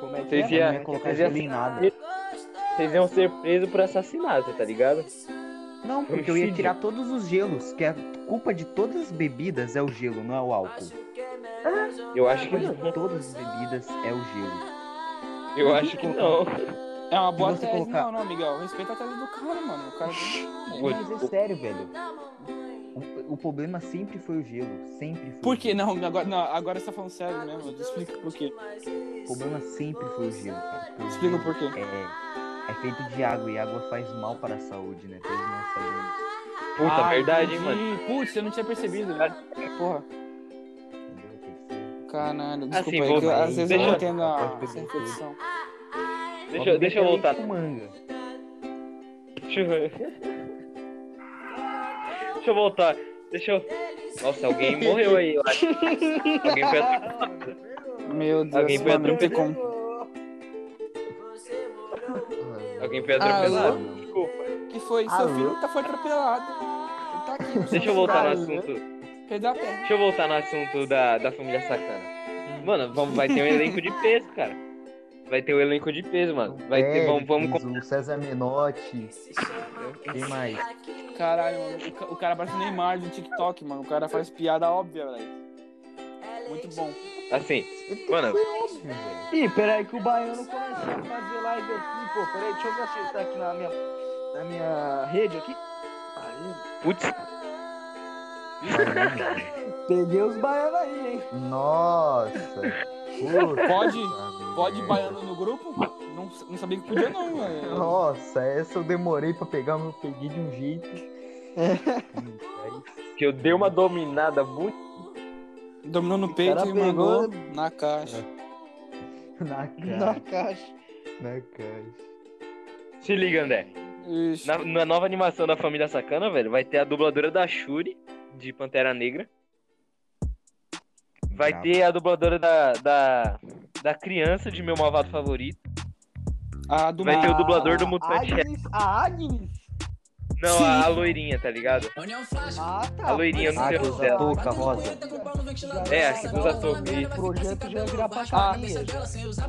Speaker 2: Como é que
Speaker 3: Vocês
Speaker 2: é?
Speaker 5: Eu não
Speaker 3: iam,
Speaker 5: ia colocar
Speaker 3: vocês iam
Speaker 5: gelo em nada.
Speaker 3: vocês iam ser presos por assassinato, tá ligado?
Speaker 5: Não, porque eu ia
Speaker 3: Homicídio.
Speaker 5: tirar todos os gelos, que a culpa de todas as bebidas é o gelo, não é o álcool.
Speaker 3: Eu
Speaker 5: A
Speaker 3: acho que
Speaker 5: culpa
Speaker 3: não.
Speaker 5: de todas as bebidas é o gelo.
Speaker 3: Eu acho que não.
Speaker 1: É uma boa
Speaker 5: Se você
Speaker 1: tese.
Speaker 5: colocar-
Speaker 1: Não, não, Miguel. Respeita a tese do cara, mano. O cara...
Speaker 5: Mas é sério, velho. O, o problema sempre foi o gelo, sempre foi.
Speaker 1: Por
Speaker 5: o
Speaker 1: que
Speaker 5: gelo.
Speaker 1: não? Agora, não, agora você tá falando sério mesmo. Explica por quê.
Speaker 5: O problema sempre foi o gelo, cara. porque o
Speaker 1: Explica
Speaker 5: gelo
Speaker 1: por quê.
Speaker 5: É, é feito de água e água faz mal para a saúde, né? Todos nós sabemos.
Speaker 3: Puta,
Speaker 1: Ah,
Speaker 3: verdade, hein,
Speaker 1: entendi.
Speaker 3: mano.
Speaker 1: Putz, eu não tinha percebido. velho. É, Porra.
Speaker 5: entendeu? Tem que ser-
Speaker 1: Caralho, desculpa
Speaker 3: Assim,
Speaker 1: aí,
Speaker 3: vou-
Speaker 1: que eu- às vezes eu
Speaker 3: deixa-
Speaker 1: não entendo a
Speaker 5: Pode
Speaker 1: essa
Speaker 5: pedir.
Speaker 1: reflexão.
Speaker 3: Deixa, eu- deixa eu
Speaker 5: Pode
Speaker 3: voltar.
Speaker 5: beber leite com Manga.
Speaker 3: Deixa eu... Deixa eu voltar. Deixa eu. Nossa, alguém morreu aí, eu acho. Alguém foi atropelado.
Speaker 1: Meu
Speaker 3: Alguém
Speaker 1: Deus,
Speaker 3: foi
Speaker 1: mano, não tem como.
Speaker 3: Alguém foi
Speaker 1: Ah,
Speaker 3: atropelado.
Speaker 5: eu-
Speaker 3: Desculpa.
Speaker 1: que foi? Seu filho nunca tá, foi atropelado. Ele
Speaker 3: *laughs*
Speaker 1: tá aqui. no
Speaker 3: Deixa eu
Speaker 1: chão,
Speaker 3: voltar no
Speaker 1: cara.
Speaker 3: assunto.
Speaker 1: Perdeu a perna.
Speaker 3: Deixa eu voltar no assunto da, da família sacana. Mano, vamos, vai ter um elenco de peso, cara. Vai ter um elenco de peso, mano. Vai ter, vamos, vamos com-
Speaker 5: O César Menotti. Quem mais?
Speaker 1: Caralho, mano. o ca- O cara parece o Neymar do TikTok, mano. O cara faz piada óbvia, velho. Muito bom.
Speaker 3: Assim, mano,
Speaker 2: Ih, peraí que o baiano começou a fazer live aqui, pô. Peraí, deixa eu ver se ele tá aqui na minha, na minha rede aqui. Aí,
Speaker 3: putz,
Speaker 2: peguei os baianos aí, hein?
Speaker 5: Nossa. Puta
Speaker 1: Pode? Pode
Speaker 5: merda.
Speaker 1: baiano no grupo? Não, não sabia que podia, não, mano.
Speaker 5: Nossa, essa eu demorei pra pegar, mas eu peguei de um jeito. Hum, aí-
Speaker 3: *laughs* que eu dei uma dominada muito.
Speaker 1: Dominou no
Speaker 2: cara
Speaker 1: peito e
Speaker 2: pegou-
Speaker 1: mandou na caixa.
Speaker 5: Na
Speaker 2: Na
Speaker 5: cara.
Speaker 2: caixa.
Speaker 5: Na caixa.
Speaker 3: Se liga, André.
Speaker 1: Ixi.
Speaker 3: É. Na, na nova animação da família sacana, velho, vai ter a dubladora da Shuri, de Pantera Negra. Vai
Speaker 5: Brabo.
Speaker 3: ter a dubladora da, da, da criança de meu malvado favorito.
Speaker 1: A do
Speaker 3: Vai ter o
Speaker 1: Ah,
Speaker 3: dublador do Mutante.
Speaker 2: Agnes, a Agnes.
Speaker 3: Não, a, a loirinha, tá ligado?
Speaker 2: Ah, tá.
Speaker 3: A loirinha, eu não sei o nome
Speaker 5: Águas da
Speaker 3: dela.
Speaker 5: touca rosa.
Speaker 3: É, acho que usa
Speaker 2: O
Speaker 3: touca.
Speaker 2: projeto já virar pra
Speaker 1: Ah,
Speaker 2: família.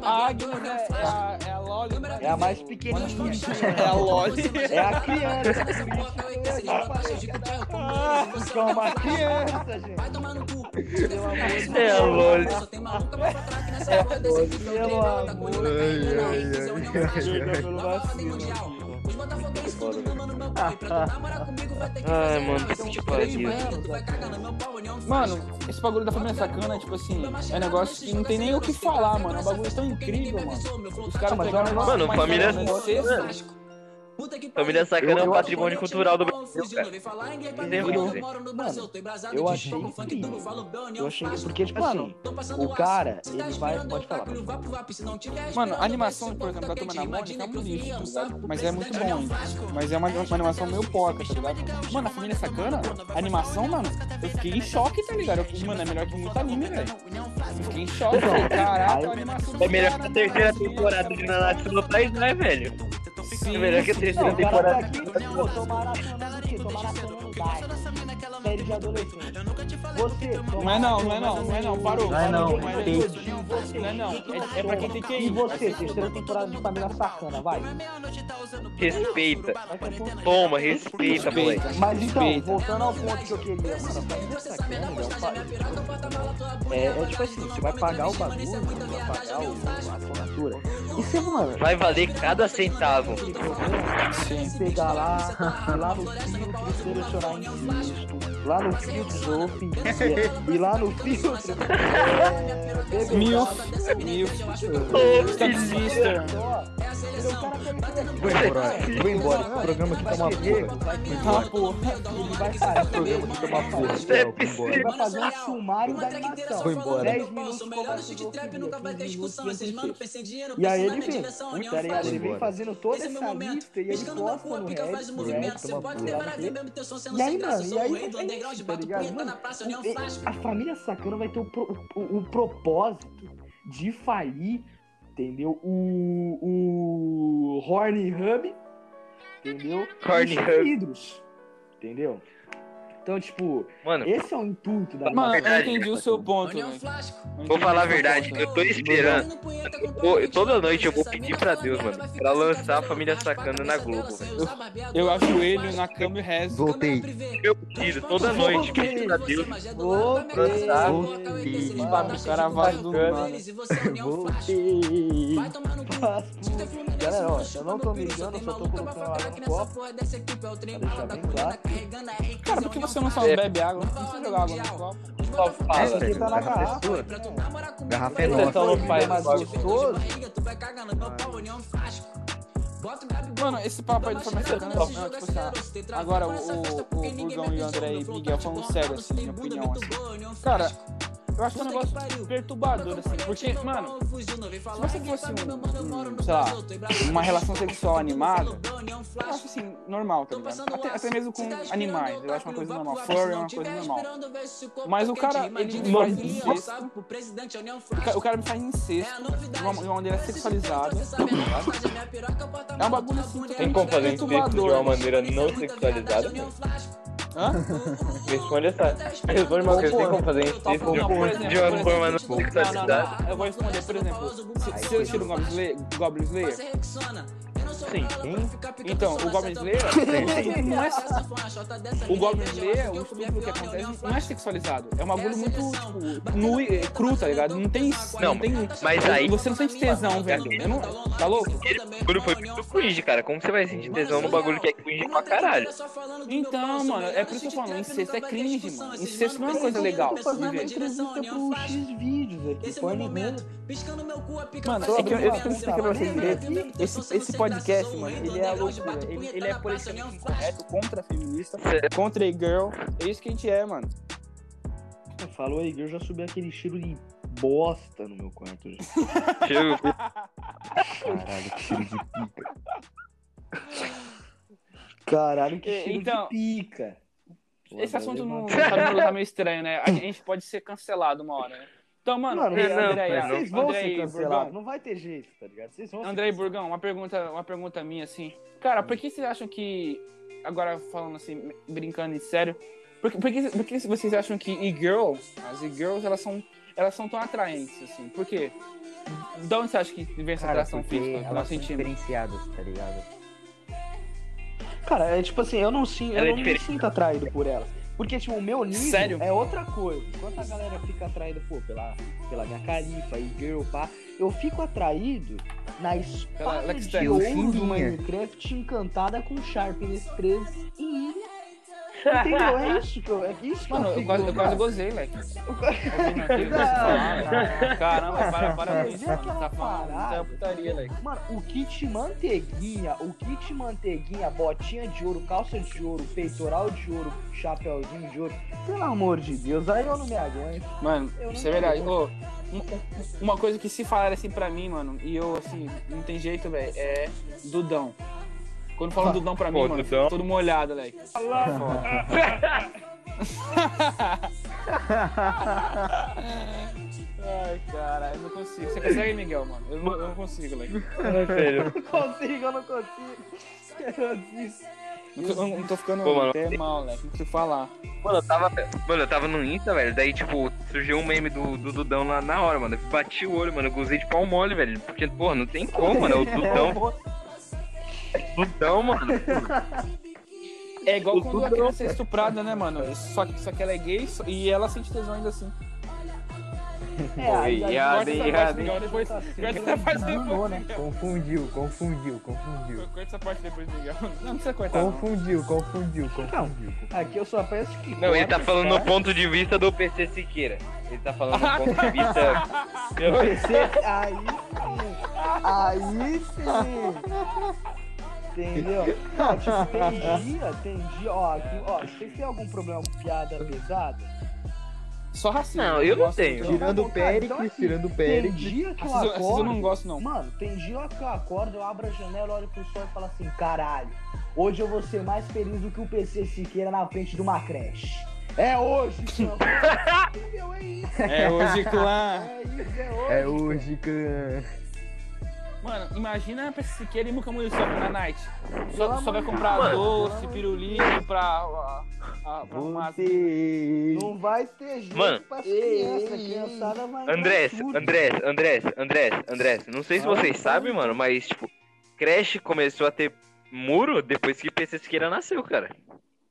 Speaker 1: A Agnes é, é a, é a Loli. vai.
Speaker 2: É a mais pequenininha.
Speaker 9: É a Loli.
Speaker 2: É a criança. tipo
Speaker 3: ah,
Speaker 8: é
Speaker 2: É uma criança, gente.
Speaker 8: Vai tomar no cu.
Speaker 3: É a Loli.
Speaker 8: Só tem maluca pra patrão aqui nessa porra desse vídeo. Eu tá treinando, agulha na caída, na Reis, eu não é
Speaker 2: Chega
Speaker 8: acho.
Speaker 2: pelo
Speaker 8: Nova ordem
Speaker 2: vacilo.
Speaker 8: mundial. Os é botafoguenses tudo mamando meu pau. E pra tu namorar comigo vai ter que
Speaker 3: Ai,
Speaker 8: fazer
Speaker 3: mano,
Speaker 8: anal. Então
Speaker 3: que
Speaker 8: os três
Speaker 3: pariu.
Speaker 8: barriga, tu vai cagar no meu pau, é união
Speaker 1: Mano, esse bagulho da família sacana, tipo assim, é um negócio que não tem nem o que falar, mano. É um bagulho tão incrível, mano. Os caras
Speaker 2: Mas é um
Speaker 1: pegaram
Speaker 2: negócio-
Speaker 3: Mano,
Speaker 1: mais
Speaker 3: família-
Speaker 8: é
Speaker 1: barato, né? Sexta,
Speaker 3: Família Sacana é um patrimônio cultural do Brasil, cara.
Speaker 8: Eu moro no Brasil, tô embrasado
Speaker 2: eu
Speaker 8: de
Speaker 2: achei
Speaker 8: fogo, funk,
Speaker 2: incrível.
Speaker 8: tudo, falo, bem,
Speaker 2: Eu
Speaker 8: união,
Speaker 2: achei.
Speaker 8: faço.
Speaker 2: Porque, tipo
Speaker 1: Mano,
Speaker 2: assim,
Speaker 8: Tão passando
Speaker 2: o
Speaker 8: ácido.
Speaker 2: cara,
Speaker 8: Se
Speaker 2: ele
Speaker 8: tá
Speaker 2: vai.
Speaker 8: aspirando,
Speaker 2: Pode falar.
Speaker 8: otáculo, vá pro VAP, se não tiver
Speaker 1: Mano,
Speaker 8: aspirando,
Speaker 1: a animação,
Speaker 8: vai
Speaker 1: por
Speaker 8: ser
Speaker 1: exemplo, da Turma
Speaker 8: quente,
Speaker 1: da Mônica
Speaker 8: imagina
Speaker 1: é muito
Speaker 8: que eu
Speaker 1: lixo,
Speaker 8: fui
Speaker 1: tá
Speaker 8: um sapo
Speaker 1: ligado? Mas é muito
Speaker 8: presidente,
Speaker 1: bom
Speaker 8: olha o
Speaker 1: ainda.
Speaker 8: Vasco.
Speaker 1: Mas é uma, uma animação
Speaker 8: assim,
Speaker 1: meio porca, tá ligado? Mano, a família sacana, a animação, mano, eu fiquei em choque, tá ligado? Eu, fiquei, mano, é melhor que muito anime, velho. Eu Fiquei em choque, falei, caraca, a animação do
Speaker 3: É melhor
Speaker 1: cara,
Speaker 3: que a terceira
Speaker 1: mano,
Speaker 3: temporada de Nanatsu no Taizai, né, velho?
Speaker 1: Sim,
Speaker 3: É melhor que a
Speaker 2: Não,
Speaker 3: terceira
Speaker 2: o cara tá
Speaker 3: temporada.
Speaker 2: aqui, pô, tô maratonando o quê? Tô maratonando Dark. Série de adolescente. Você, tô
Speaker 1: Não é não, não é não, não é não, parou.
Speaker 5: Não é não,
Speaker 1: parou,
Speaker 5: é
Speaker 1: não.
Speaker 5: fake.
Speaker 1: Não é não, é, é pra quem tem que
Speaker 2: E
Speaker 1: ir.
Speaker 2: você, terceira temporada de Família Sacana, vai. um
Speaker 3: Respeita. Toma, respeita, moleque.
Speaker 2: Mas então,
Speaker 1: Respeita.
Speaker 2: voltando ao ponto que eu queria, mano, a Família Sacana ele é um país. É, é tipo assim, você vai pagar o bagulho, você vai pagar o, a assinatura. E você, mano,
Speaker 3: Vai valer cada centavo.
Speaker 1: Sim.
Speaker 2: pegar lá, ir lá no filtro, selecionar insisto, lá no filtro Zofi, e lá no filtro. é, beber
Speaker 1: Milf,
Speaker 2: água,
Speaker 1: milf,
Speaker 3: Ô,
Speaker 1: Step Sister.
Speaker 2: ó. Ele é um cara que
Speaker 4: Vou embora. Vou embora. Esse programa aqui tá uma porra.
Speaker 1: Tá, porra.
Speaker 2: ele vai sair,
Speaker 4: Esse programa aqui tá uma porra.
Speaker 5: é
Speaker 3: Step
Speaker 4: Vou embora.
Speaker 2: ele vai fazer um sumário da animação.
Speaker 4: Vou embora.
Speaker 2: 10 minutos
Speaker 8: Pausa, o melhor do chute trap nunca vai ter discussão. Esses mano pensam em dinheiro,
Speaker 2: E aí
Speaker 8: pensam
Speaker 2: ele
Speaker 8: na
Speaker 2: vem,
Speaker 8: direção,
Speaker 2: muito,
Speaker 8: união
Speaker 2: tá ligado?
Speaker 8: faz.
Speaker 2: Ele vem
Speaker 4: Bora.
Speaker 2: fazendo toda
Speaker 8: Esse é o
Speaker 2: essa
Speaker 8: meu momento.
Speaker 2: lista e ele
Speaker 8: Piscando na
Speaker 2: posta
Speaker 8: rua,
Speaker 2: no
Speaker 8: pica
Speaker 2: Reddit,
Speaker 8: faz o
Speaker 2: no
Speaker 8: movimento.
Speaker 2: Reddit,
Speaker 8: Você
Speaker 4: toma
Speaker 8: pode
Speaker 4: cuidado,
Speaker 8: demorar
Speaker 2: né?
Speaker 8: ver mesmo teu som sendo
Speaker 2: E aí,
Speaker 8: sem graça.
Speaker 2: mano,
Speaker 8: Sou
Speaker 2: e aí
Speaker 8: o rei do
Speaker 2: é
Speaker 8: underground,
Speaker 2: isso, tá
Speaker 8: bato
Speaker 2: ligado?
Speaker 8: punheta na
Speaker 2: Mano,
Speaker 8: praça,
Speaker 2: o-
Speaker 8: união
Speaker 2: e-
Speaker 8: faz.
Speaker 2: a família Sacana vai ter o, pro- o- o propósito de falir, entendeu? O, o Horny Hub, entendeu?
Speaker 3: Horny
Speaker 2: E os
Speaker 3: Hub.
Speaker 2: vidros, entendeu? Então, tipo,
Speaker 3: Mano,
Speaker 2: esse é o intuito da
Speaker 1: Mano, eu
Speaker 3: Verdade,
Speaker 1: entendi o seu ponto,
Speaker 8: União
Speaker 1: velho.
Speaker 8: Flasco.
Speaker 3: vou falar a verdade. Eu tô esperando. Eu vou- toda noite eu vou pedir pra Deus, mano, pra lançar a família sacana na Globo. velho.
Speaker 1: Eu ajoelho na cama e rezo.
Speaker 4: Voltei.
Speaker 3: Eu tiro toda noite, pedir pra Deus.
Speaker 8: é
Speaker 1: Papo Caravaggio do nada.
Speaker 8: é um Vai tomar no cu. né?
Speaker 2: Galera, ó, eu não tô mijando, eu só tô colocando água no copo.
Speaker 8: é
Speaker 2: Pra deixar bem claro.
Speaker 1: Cara, por que
Speaker 8: um
Speaker 1: você não só
Speaker 3: É.
Speaker 1: bebe água? Não precisa jogar água no copo.
Speaker 3: Só
Speaker 2: É,
Speaker 3: fala.
Speaker 2: porque tá na garrafa.
Speaker 4: Garrafa é
Speaker 3: Você
Speaker 4: nossa.
Speaker 3: só não faz
Speaker 2: mais
Speaker 3: igual.
Speaker 2: gostoso.
Speaker 1: Mano, esse papo aí de forma sacana é não, tipo assim, ah, agora o, o, o Burgão e o André e Miguel falando sério, assim, minha opinião, assim. Cara, eu acho que é um negócio perturbador, assim, porque, mano, se você fosse um, um, sei lá, uma relação sexual animada, eu acho assim, normal, tá ligado? Até, até mesmo com animais, eu acho uma coisa normal. Furry é uma coisa normal. Mas o cara, ele me faz incesto, o ca- o cara me faz incesto de uma, de uma maneira sexualizada, tá ligado? É um bagulho assim, que
Speaker 3: Tem como fazer isso de uma maneira não sexualizada? velho?
Speaker 1: Hã?
Speaker 3: Responde essa. Responde uma coisa. Tem como fazer isso
Speaker 1: Tá, por exemplo, por exemplo,
Speaker 3: de uma
Speaker 1: por
Speaker 3: forma não
Speaker 1: exemplo, não,
Speaker 3: sexualizada?
Speaker 1: não, não, eu vou responder, por exemplo, se, se eu estilo Goblin Slayer, Goblin Slayer,
Speaker 3: Sim.
Speaker 1: então, o Goblin Slayer, não é, o Goblin Slayer, o estupro que acontece, não é sexualizado, é um bagulho muito, tipo, nu e cru, tá ligado? Não tem,
Speaker 3: Não,
Speaker 1: tem,
Speaker 3: mas aí-
Speaker 1: você não sente tesão, velho, Eu não- tá louco?
Speaker 3: O bagulho foi pro cringe, cara. Como você vai sentir tesão no bagulho que é cringe pra caralho?
Speaker 1: Então, mano, é por isso que eu falo, incesto é cringe, mano, incesto não é uma coisa legal de
Speaker 2: Fazendo
Speaker 1: ver.
Speaker 2: entrevista pro X vídeos aqui.
Speaker 8: Esse é o
Speaker 2: Põe
Speaker 8: meu
Speaker 2: no
Speaker 8: momento. Piscando meu cu, a pica
Speaker 1: Mano,
Speaker 8: faz um
Speaker 1: é que eu,
Speaker 8: sentido.
Speaker 1: eu tenho que explicar pra vocês verem.
Speaker 8: Sou
Speaker 1: Esse,
Speaker 8: sem
Speaker 1: esse
Speaker 8: graça,
Speaker 1: podcast,
Speaker 8: sou
Speaker 1: mano,
Speaker 8: rei do
Speaker 1: ele é a
Speaker 8: underground,
Speaker 1: loucura.
Speaker 8: bato
Speaker 1: Ele,
Speaker 8: punheta
Speaker 1: ele é
Speaker 8: na praça, união
Speaker 1: politicamente
Speaker 8: faz.
Speaker 1: correto, contra feminista, contra a girl. É isso que a gente é, mano.
Speaker 2: Falou aí, eu já subi aquele cheiro de bosta no meu
Speaker 1: *laughs*
Speaker 2: quarto. gente.
Speaker 3: Chega.
Speaker 4: Caralho, que cheiro de pica.
Speaker 2: Caralho, que
Speaker 1: É,
Speaker 2: cheiro
Speaker 1: então-
Speaker 2: de pica.
Speaker 1: Esse
Speaker 2: é
Speaker 1: assunto não
Speaker 2: Levanta.
Speaker 1: tá, não tá meio estranho, né? A gente pode ser cancelado uma hora, né? Então, mano,
Speaker 2: Mano,
Speaker 1: André,
Speaker 3: não,
Speaker 1: André,
Speaker 3: não.
Speaker 2: Vocês vão
Speaker 1: André
Speaker 2: ser
Speaker 1: e
Speaker 2: cancelados,
Speaker 1: Burgão,
Speaker 2: não vai ter jeito, tá ligado? Vocês vão ser
Speaker 1: André e
Speaker 2: cancelados.
Speaker 1: Burgão, uma pergunta, uma pergunta minha, assim. Cara, por que vocês acham que, agora falando assim, brincando em sério, por, que- por que, por que vocês acham que e-girls, as e-girls, elas são elas são tão atraentes, assim. Por quê? De onde você acha que vem essa
Speaker 5: Cara,
Speaker 1: atração
Speaker 5: porque
Speaker 1: física que
Speaker 5: elas
Speaker 1: nós
Speaker 5: são
Speaker 1: sentimos?
Speaker 5: diferenciadas, tá ligado?
Speaker 2: Cara, é tipo assim, eu não, sinto, eu
Speaker 3: Ela é
Speaker 2: não me
Speaker 3: diferente.
Speaker 2: sinto atraído por ela. Porque, tipo, o meu nível
Speaker 1: Sério?
Speaker 2: é outra coisa. Enquanto a galera fica atraída, pô, pela, pela minha carifa e girl, pá, eu fico atraído na
Speaker 1: Pela
Speaker 2: espada
Speaker 1: Alex
Speaker 2: de
Speaker 1: Tag.
Speaker 2: ouro do
Speaker 5: Fininha.
Speaker 2: Minecraft encantada com Sharpness 13
Speaker 1: *laughs*
Speaker 2: e... Entendeu? É isso que eu... É isso que
Speaker 1: Mano, eu
Speaker 2: fico,
Speaker 1: quase, eu
Speaker 2: cara.
Speaker 1: quase gozei, velho. Caramba, para, para
Speaker 2: é
Speaker 1: com isso. que Tá falando muita putaria, velho.
Speaker 2: Mano, o kit manteiguinha, o kit manteiguinha, botinha de ouro, calça de ouro, peitoral de ouro, chapéuzinho de ouro. Pelo amor de Deus, aí eu não me aguento. *laughs*
Speaker 1: Mano,
Speaker 2: Eu não
Speaker 1: isso é verdade. Ô, um- uma coisa que se falar assim pra mim, mano, e eu assim, não tem jeito, velho, é Dudão. Quando falam Dudão pra mim,
Speaker 3: Pô,
Speaker 1: mano,
Speaker 3: Dudão.
Speaker 1: fico todo molhado, moleque. Ai, caralho, não consigo. Você consegue, Miguel, mano? Eu não, eu não consigo, moleque.
Speaker 3: Sério.
Speaker 2: Eu não consigo, eu não consigo. Eu desisto.
Speaker 1: Não, eu não tô ficando
Speaker 3: Pô, mano,
Speaker 1: até mal, moleque. Não consigo falar.
Speaker 3: Mano, eu tava, mano, eu tava no Insta, velho. Daí, tipo, surgiu um meme do, do Dudão na, na hora, mano. Eu bati o olho, mano. Eu gozei de pau mole, velho. Porque, porra, não tem como, mano. É o Dudão, Dudão, mano.
Speaker 1: É igual
Speaker 3: O
Speaker 1: quando a
Speaker 3: Dudão,
Speaker 1: criança é estuprada, né, mano? Só que, só que ela é gay só- e ela sente tesão ainda assim.
Speaker 2: É, aí, aí,
Speaker 3: Errado,
Speaker 1: Corta essa parte,
Speaker 3: hein, errado, hein.
Speaker 1: Miguel, depois.
Speaker 2: Tá
Speaker 1: Corta essa parte
Speaker 2: Não,
Speaker 1: depois.
Speaker 2: né?
Speaker 5: Confundiu, confundiu, confundiu.
Speaker 1: Corta essa parte depois, Miguel. Não, Tá, não precisa cortar. não.
Speaker 5: Confundiu, confundiu, confundiu.
Speaker 2: Aqui eu só peço que.
Speaker 3: Não, ele tá
Speaker 2: corte,
Speaker 3: falando
Speaker 2: tá?
Speaker 3: do ponto de vista do PC Siqueira. Ele tá falando do ponto de vista.
Speaker 2: PC, aí sim. Aí sim. Entendeu? Ó, tipo, tem dia, tem dia, ó, aqui, ó, vocês têm algum problema com piada pesada?
Speaker 1: Só racismo.
Speaker 3: Não, eu não
Speaker 1: gosto
Speaker 3: tenho.
Speaker 1: muito,
Speaker 2: Tirando o Péricles, tirando
Speaker 5: o
Speaker 2: Então, assim, Tem dia que
Speaker 1: Racismo,
Speaker 2: eu
Speaker 1: racismo eu não
Speaker 2: acordo.
Speaker 1: gosto, não.
Speaker 2: Mano, tem dia que eu acordo, eu abro a janela, olho pro sol e falo assim, caralho, hoje eu vou ser mais feliz do que o PC Siqueira na frente de uma creche. É hoje,
Speaker 1: *laughs*
Speaker 2: senhor. Meu, é isso,
Speaker 1: É hoje, clã.
Speaker 2: é isso, é hoje.
Speaker 5: É hoje que.
Speaker 1: Mano, imagina a PC Siqueira e Muca Munição na night. Só, só
Speaker 2: Pelo
Speaker 1: vai
Speaker 2: amor de
Speaker 1: comprar
Speaker 2: Deus.
Speaker 1: doce,
Speaker 2: Mano.
Speaker 1: pirulito pra. a- a- pra arrumar as-
Speaker 5: Você.
Speaker 2: Não vai ter jeito
Speaker 3: Mano.
Speaker 2: pra criança, a criançada vai
Speaker 3: Andrés,
Speaker 2: dar tudo.
Speaker 3: Andrés, Andrés, Andrés, Andrés. Não sei se vocês sabem, mano, mas, tipo, creche começou a ter muro depois que PC Siqueira nasceu, cara.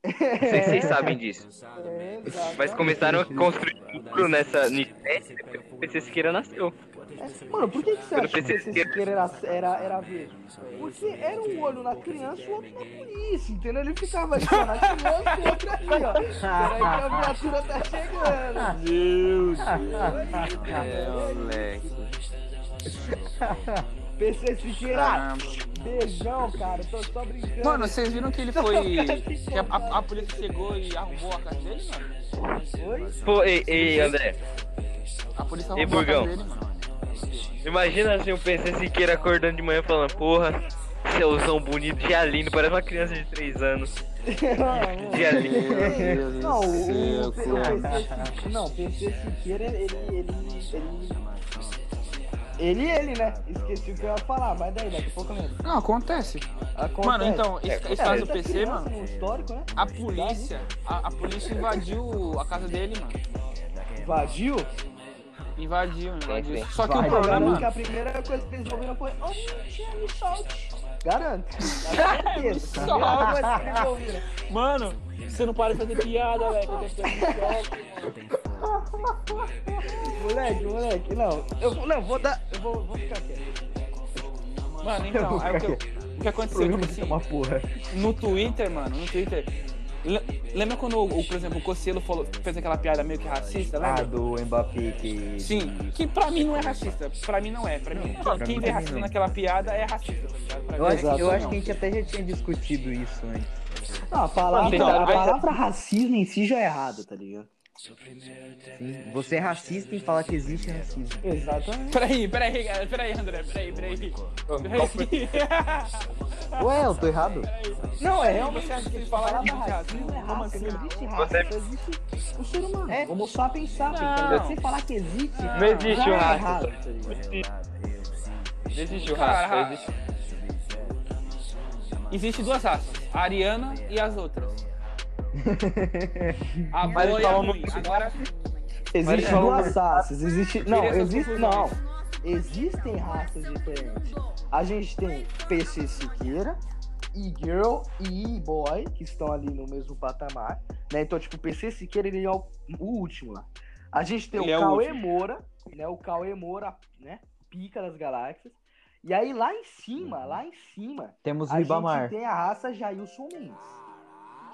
Speaker 3: Não sei se vocês sabem disso.
Speaker 2: É,
Speaker 3: Mas
Speaker 2: exatamente.
Speaker 3: começaram a construir muro nessa nisso, depois que PC Siqueira nasceu.
Speaker 2: Mano, por que, que você
Speaker 3: Pelo
Speaker 2: acha que o
Speaker 3: PC
Speaker 2: PC Siqueira era, era, era verde? Porque era um olho na criança e o outro na polícia, entendeu? Ele ficava aqui, ó, na criança e outro aqui, ó. Peraí que a viatura tá chegando.
Speaker 3: É, moleque.
Speaker 2: PC Siqueira, beijão, cara. Tô só brincando.
Speaker 1: Mano, vocês viram que ele foi. que a, a- a polícia chegou e arrombou a casa dele, mano?
Speaker 2: *laughs* Oi?
Speaker 3: Pô, ei, ei, André.
Speaker 1: A polícia
Speaker 3: E
Speaker 1: arrombou a casa
Speaker 3: Burgão?
Speaker 1: dele, mano.
Speaker 3: Imagina assim o PC Siqueira acordando de manhã falando, porra, seuzão bonito, dia lindo, parece uma criança de 3 anos. Dia lindo.
Speaker 2: Não, o, o, o PC Siqueira. Não, PC Siqueira, é ele. ele, ele... Ele, ele, né? Esqueci o que eu ia falar, mas daí, daqui a pouco eu lembro.
Speaker 1: Não, acontece.
Speaker 2: Acontece.
Speaker 1: Mano, então, esse, esse
Speaker 2: É,
Speaker 1: caso do
Speaker 2: muita
Speaker 1: PC,
Speaker 2: criança
Speaker 1: mano.
Speaker 2: no histórico, né?
Speaker 1: A polícia, a, a polícia invadiu a casa dele, mano.
Speaker 2: Invadiu?
Speaker 1: Invadiu, invadiu.
Speaker 3: sim.
Speaker 1: Só que o
Speaker 5: Vai,
Speaker 1: problema, é
Speaker 2: Garanto
Speaker 1: mano,
Speaker 2: que a primeira coisa que eles ouviram foi Oh, mentira, me solte. Garanto. Garanto.
Speaker 1: Me
Speaker 2: A
Speaker 1: *laughs*
Speaker 2: primeira coisa que eles ouviram.
Speaker 1: mano, você não para de fazer piada, velho. que eu tô
Speaker 2: *laughs*
Speaker 1: ficando louco.
Speaker 2: Moleque, moleque, não. Eu vou- não, vou dar... Eu vou, vou ficar quieto.
Speaker 1: Mano, então, aí o que, eu- o que aconteceu? Tipo assim,
Speaker 5: Uma porra.
Speaker 1: no Twitter, mano, no Twitter. le- Lembra quando, o, o, por exemplo, o Cocielo falou, fez aquela piada meio que racista,
Speaker 5: Ah,
Speaker 1: lembra?
Speaker 5: do Mbappé que.
Speaker 1: Sim, que pra mim não é racista. Pra mim não é. Pra mim, quem-
Speaker 5: pra
Speaker 1: quem vê
Speaker 5: mim também
Speaker 1: racismo
Speaker 5: não.
Speaker 1: naquela piada é racista. tá ligado? Pra
Speaker 5: Eu
Speaker 1: mim
Speaker 5: acho,
Speaker 1: não é
Speaker 5: eu acho
Speaker 1: não.
Speaker 5: que a gente até já tinha discutido isso antes.
Speaker 2: Não, a palavra,
Speaker 1: Então,
Speaker 2: a
Speaker 1: aí-
Speaker 2: palavra racismo em si já é errada, tá ligado?
Speaker 5: Sim, Você é racista em falar que existe racismo.
Speaker 2: Exatamente.
Speaker 1: Peraí, peraí, cara, peraí, André, peraí, peraí. Peraí. *laughs*
Speaker 5: Ué, eu tô errado?
Speaker 2: Não, é realmente
Speaker 1: Realmente acha que ele
Speaker 2: a
Speaker 1: fala de
Speaker 2: palavra
Speaker 1: racismo?
Speaker 2: racismo é
Speaker 1: Como
Speaker 2: raça,
Speaker 1: assim?
Speaker 2: não existe raça, só existe o ser humano. É. Homo sapiens sapiens, tá
Speaker 1: Não.
Speaker 2: ligado? Você falar que existe,
Speaker 3: Não existe
Speaker 2: já
Speaker 3: um
Speaker 2: é
Speaker 3: raça.
Speaker 2: errado, tá ligado?
Speaker 3: Não existe o
Speaker 1: Cara,
Speaker 3: raça, existe.
Speaker 1: Existe duas raças, a ariana e as outras. A
Speaker 3: Mas
Speaker 1: boa e a
Speaker 3: falam
Speaker 1: ruim.
Speaker 3: muito-
Speaker 1: Agora,
Speaker 2: Existe
Speaker 3: Mas,
Speaker 2: duas raças. Existe. Não,
Speaker 1: essas
Speaker 2: existe.
Speaker 1: confusões.
Speaker 2: Não. Existem raças diferentes. A gente tem PC Siqueira, E-Girl e E-Boy, que estão ali no mesmo patamar. Né? Então, tipo, o PC Siqueira ele é o, o último lá. A gente tem
Speaker 1: Ele
Speaker 2: o
Speaker 1: é o
Speaker 2: Cauê
Speaker 1: último.
Speaker 2: Moura, né? O Cauê Moura, né? Pica das galáxias. E aí lá em cima, lá em cima,
Speaker 5: Temos
Speaker 2: a
Speaker 5: Ribamar.
Speaker 2: gente tem a raça Jailson Mendes.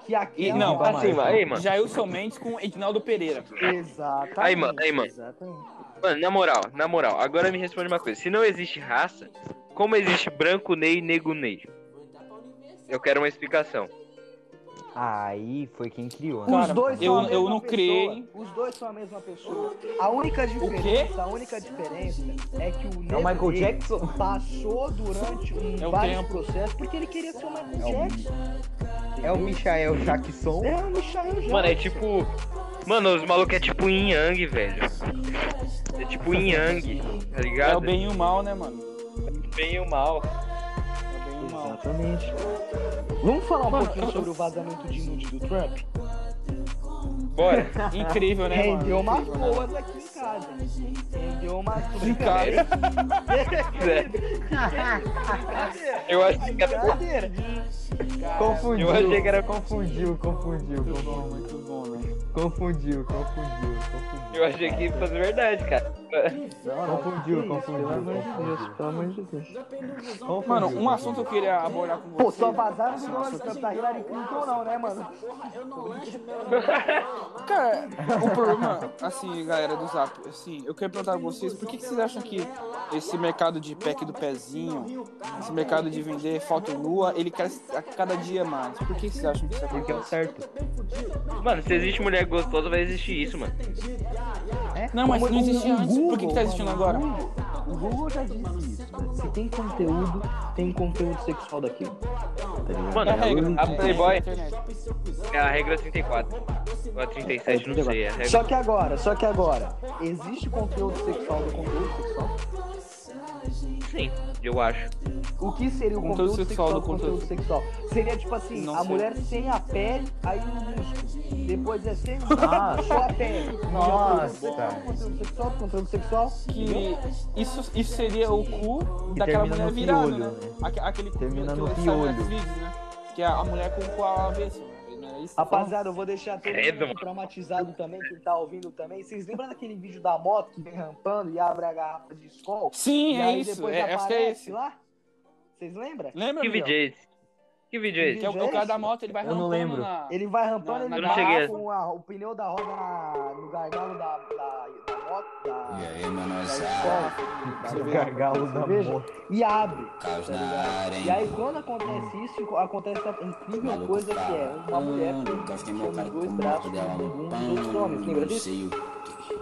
Speaker 2: Que aqui
Speaker 1: E-
Speaker 2: é o
Speaker 1: não,
Speaker 2: Ribamar.
Speaker 3: Assim, mano, aí, mano.
Speaker 1: Jailson Mendes com Edinaldo Pereira.
Speaker 2: Exatamente.
Speaker 3: Aí, mano, aí, mano.
Speaker 2: Exatamente.
Speaker 3: Mano, na moral, na moral, agora me responde uma coisa. Se não existe raça, como existe branco Ney e nego Ney? Eu quero uma explicação.
Speaker 5: Aí foi quem criou, né?
Speaker 1: Cara,
Speaker 2: Os dois
Speaker 1: eu-
Speaker 2: são a mesma
Speaker 1: eu não
Speaker 2: pessoa.
Speaker 1: criei.
Speaker 2: Os dois são a mesma pessoa. A única
Speaker 1: quê?
Speaker 2: diferença, a única diferença é que o
Speaker 5: É o
Speaker 2: Nego
Speaker 5: Michael
Speaker 2: Ney
Speaker 5: Jackson?
Speaker 2: passou durante um
Speaker 1: É o
Speaker 2: vários
Speaker 1: tempo.
Speaker 2: processos porque ele queria ser o Michael
Speaker 5: É o-
Speaker 2: Jackson.
Speaker 5: É o Michael Jackson?
Speaker 2: É o Michael Jackson.
Speaker 3: Mano, é tipo. Mano, os malucos é tipo yin yang, velho. É tipo yin yang, tá ligado?
Speaker 1: É o bem e o mal, né, mano?
Speaker 3: bem e o
Speaker 1: É
Speaker 3: mal.
Speaker 1: o bem e o mal.
Speaker 2: Exatamente. Vamos falar um
Speaker 1: é- Mano,
Speaker 2: pouquinho
Speaker 1: eu-
Speaker 2: sobre o vazamento de nude do Trump?
Speaker 1: Bora. Incrível, né, mano?
Speaker 2: Rendeu umas
Speaker 1: Incrível, né?
Speaker 2: boas aqui em casa. Rendeu umas
Speaker 1: Em casa.
Speaker 3: *laughs* Eu acho que era.
Speaker 2: Brincadeira.
Speaker 5: Confundiu.
Speaker 3: Eu achei que era-
Speaker 5: Confundiu, confundiu,
Speaker 1: Muito bom,
Speaker 5: confundiu.
Speaker 1: muito bom, né?
Speaker 5: Confundiu, confundiu, confundiu.
Speaker 3: Eu achei que ia fazer verdade, cara.
Speaker 5: Confundiu, confundiu.
Speaker 2: pelo amor de Deus.
Speaker 5: confundiu.
Speaker 1: Mano, um assunto que eu queria abordar com você.
Speaker 2: Pô, só vazaram os nomes tanto da tá Hillary Clinton não, né, mano?
Speaker 1: Cara, o problema, assim, galera do Zap, assim, eu queria perguntar a vocês, por que, que vocês acham que esse mercado de pack do pezinho, esse mercado de vender foto nua, ele cresce a cada dia mais? Por que vocês acham que isso
Speaker 5: Porque é o
Speaker 1: acontece?
Speaker 5: certo.
Speaker 3: Mano, se existe mulher gostosa, vai existir isso, mano.
Speaker 2: É?
Speaker 1: Não, mas não existia antes. Por que, que tá existindo agora?
Speaker 2: O Google já disse isso, velho. Se tem conteúdo, tem conteúdo sexual daquilo.
Speaker 3: Mano,
Speaker 1: É a regra.
Speaker 3: a Playboy
Speaker 1: Internet.
Speaker 3: é a regra 34. Ou a 37, não sei. É a regra.
Speaker 2: Só que agora, só que agora, existe conteúdo sexual do conteúdo sexual?
Speaker 3: Sim, eu acho.
Speaker 2: O que seria o
Speaker 1: Conteúdo
Speaker 2: conteúdo,
Speaker 1: sexual
Speaker 2: sexual,
Speaker 1: do
Speaker 2: do conteúdo, sexual? Seria tipo assim,
Speaker 1: Não
Speaker 2: a
Speaker 1: sei.
Speaker 2: mulher sem a pele, aí o músculo. Depois é sem o músculo,
Speaker 5: Ah.
Speaker 2: só a pele.
Speaker 5: Nossa.
Speaker 2: Conteúdo sexual, conteúdo sexual.
Speaker 1: que isso, isso seria o cu
Speaker 5: Que
Speaker 1: daquela
Speaker 5: termina
Speaker 1: mulher
Speaker 5: no
Speaker 1: virada,
Speaker 5: piolho,
Speaker 1: né?
Speaker 5: né?
Speaker 1: Aque- Aquele cu
Speaker 5: Termina
Speaker 1: que
Speaker 5: no
Speaker 1: sai
Speaker 5: piolho.
Speaker 1: nas vídeos, né? Que é a mulher com o cu ao avesso. né? É isso que tá falando?
Speaker 2: Rapaziada, eu vou deixar todo
Speaker 3: Credo,
Speaker 2: mundo
Speaker 3: mano.
Speaker 2: traumatizado também, quem tá ouvindo também. Vocês lembram daquele vídeo da moto que vem rampando e abre a garrafa de escol?
Speaker 1: Sim,
Speaker 2: e
Speaker 1: é
Speaker 2: aí
Speaker 1: isso.
Speaker 2: depois
Speaker 1: É, acho que é
Speaker 2: aparece
Speaker 1: esse.
Speaker 2: lá? Vocês lembram?
Speaker 1: Lembra,
Speaker 3: Que
Speaker 1: Miguel?
Speaker 3: vídeo é esse? Que vídeo é esse?
Speaker 1: Que é o, o cara da moto, ele vai
Speaker 5: Eu não
Speaker 1: rampando
Speaker 5: lembro.
Speaker 1: na...
Speaker 2: Ele vai rampando,
Speaker 1: Não,
Speaker 2: ele
Speaker 1: não
Speaker 2: vai
Speaker 3: cheguei.
Speaker 2: com a- o pneu da roda na- no gargalo da, da- da moto, da,
Speaker 9: E aí, mano,
Speaker 8: é
Speaker 2: da
Speaker 9: nós
Speaker 1: é
Speaker 2: escola, da- da-
Speaker 5: Gargalo da
Speaker 2: Veja.
Speaker 5: morte.
Speaker 2: e abre.
Speaker 9: caos
Speaker 2: Tá
Speaker 9: na
Speaker 2: ligado?
Speaker 9: área, hein?
Speaker 2: E aí quando acontece isso, acontece a incrível
Speaker 9: Hum. Maluco
Speaker 2: coisa que é
Speaker 9: tá
Speaker 2: uma mulher
Speaker 9: andando,
Speaker 2: com
Speaker 9: eu fiquei é meu cara
Speaker 2: dois
Speaker 9: com
Speaker 2: braços,
Speaker 9: moto dela né?
Speaker 2: um
Speaker 9: no
Speaker 2: dos outros
Speaker 9: pão,
Speaker 2: homens, lembra
Speaker 9: não
Speaker 2: disso?
Speaker 9: sei o que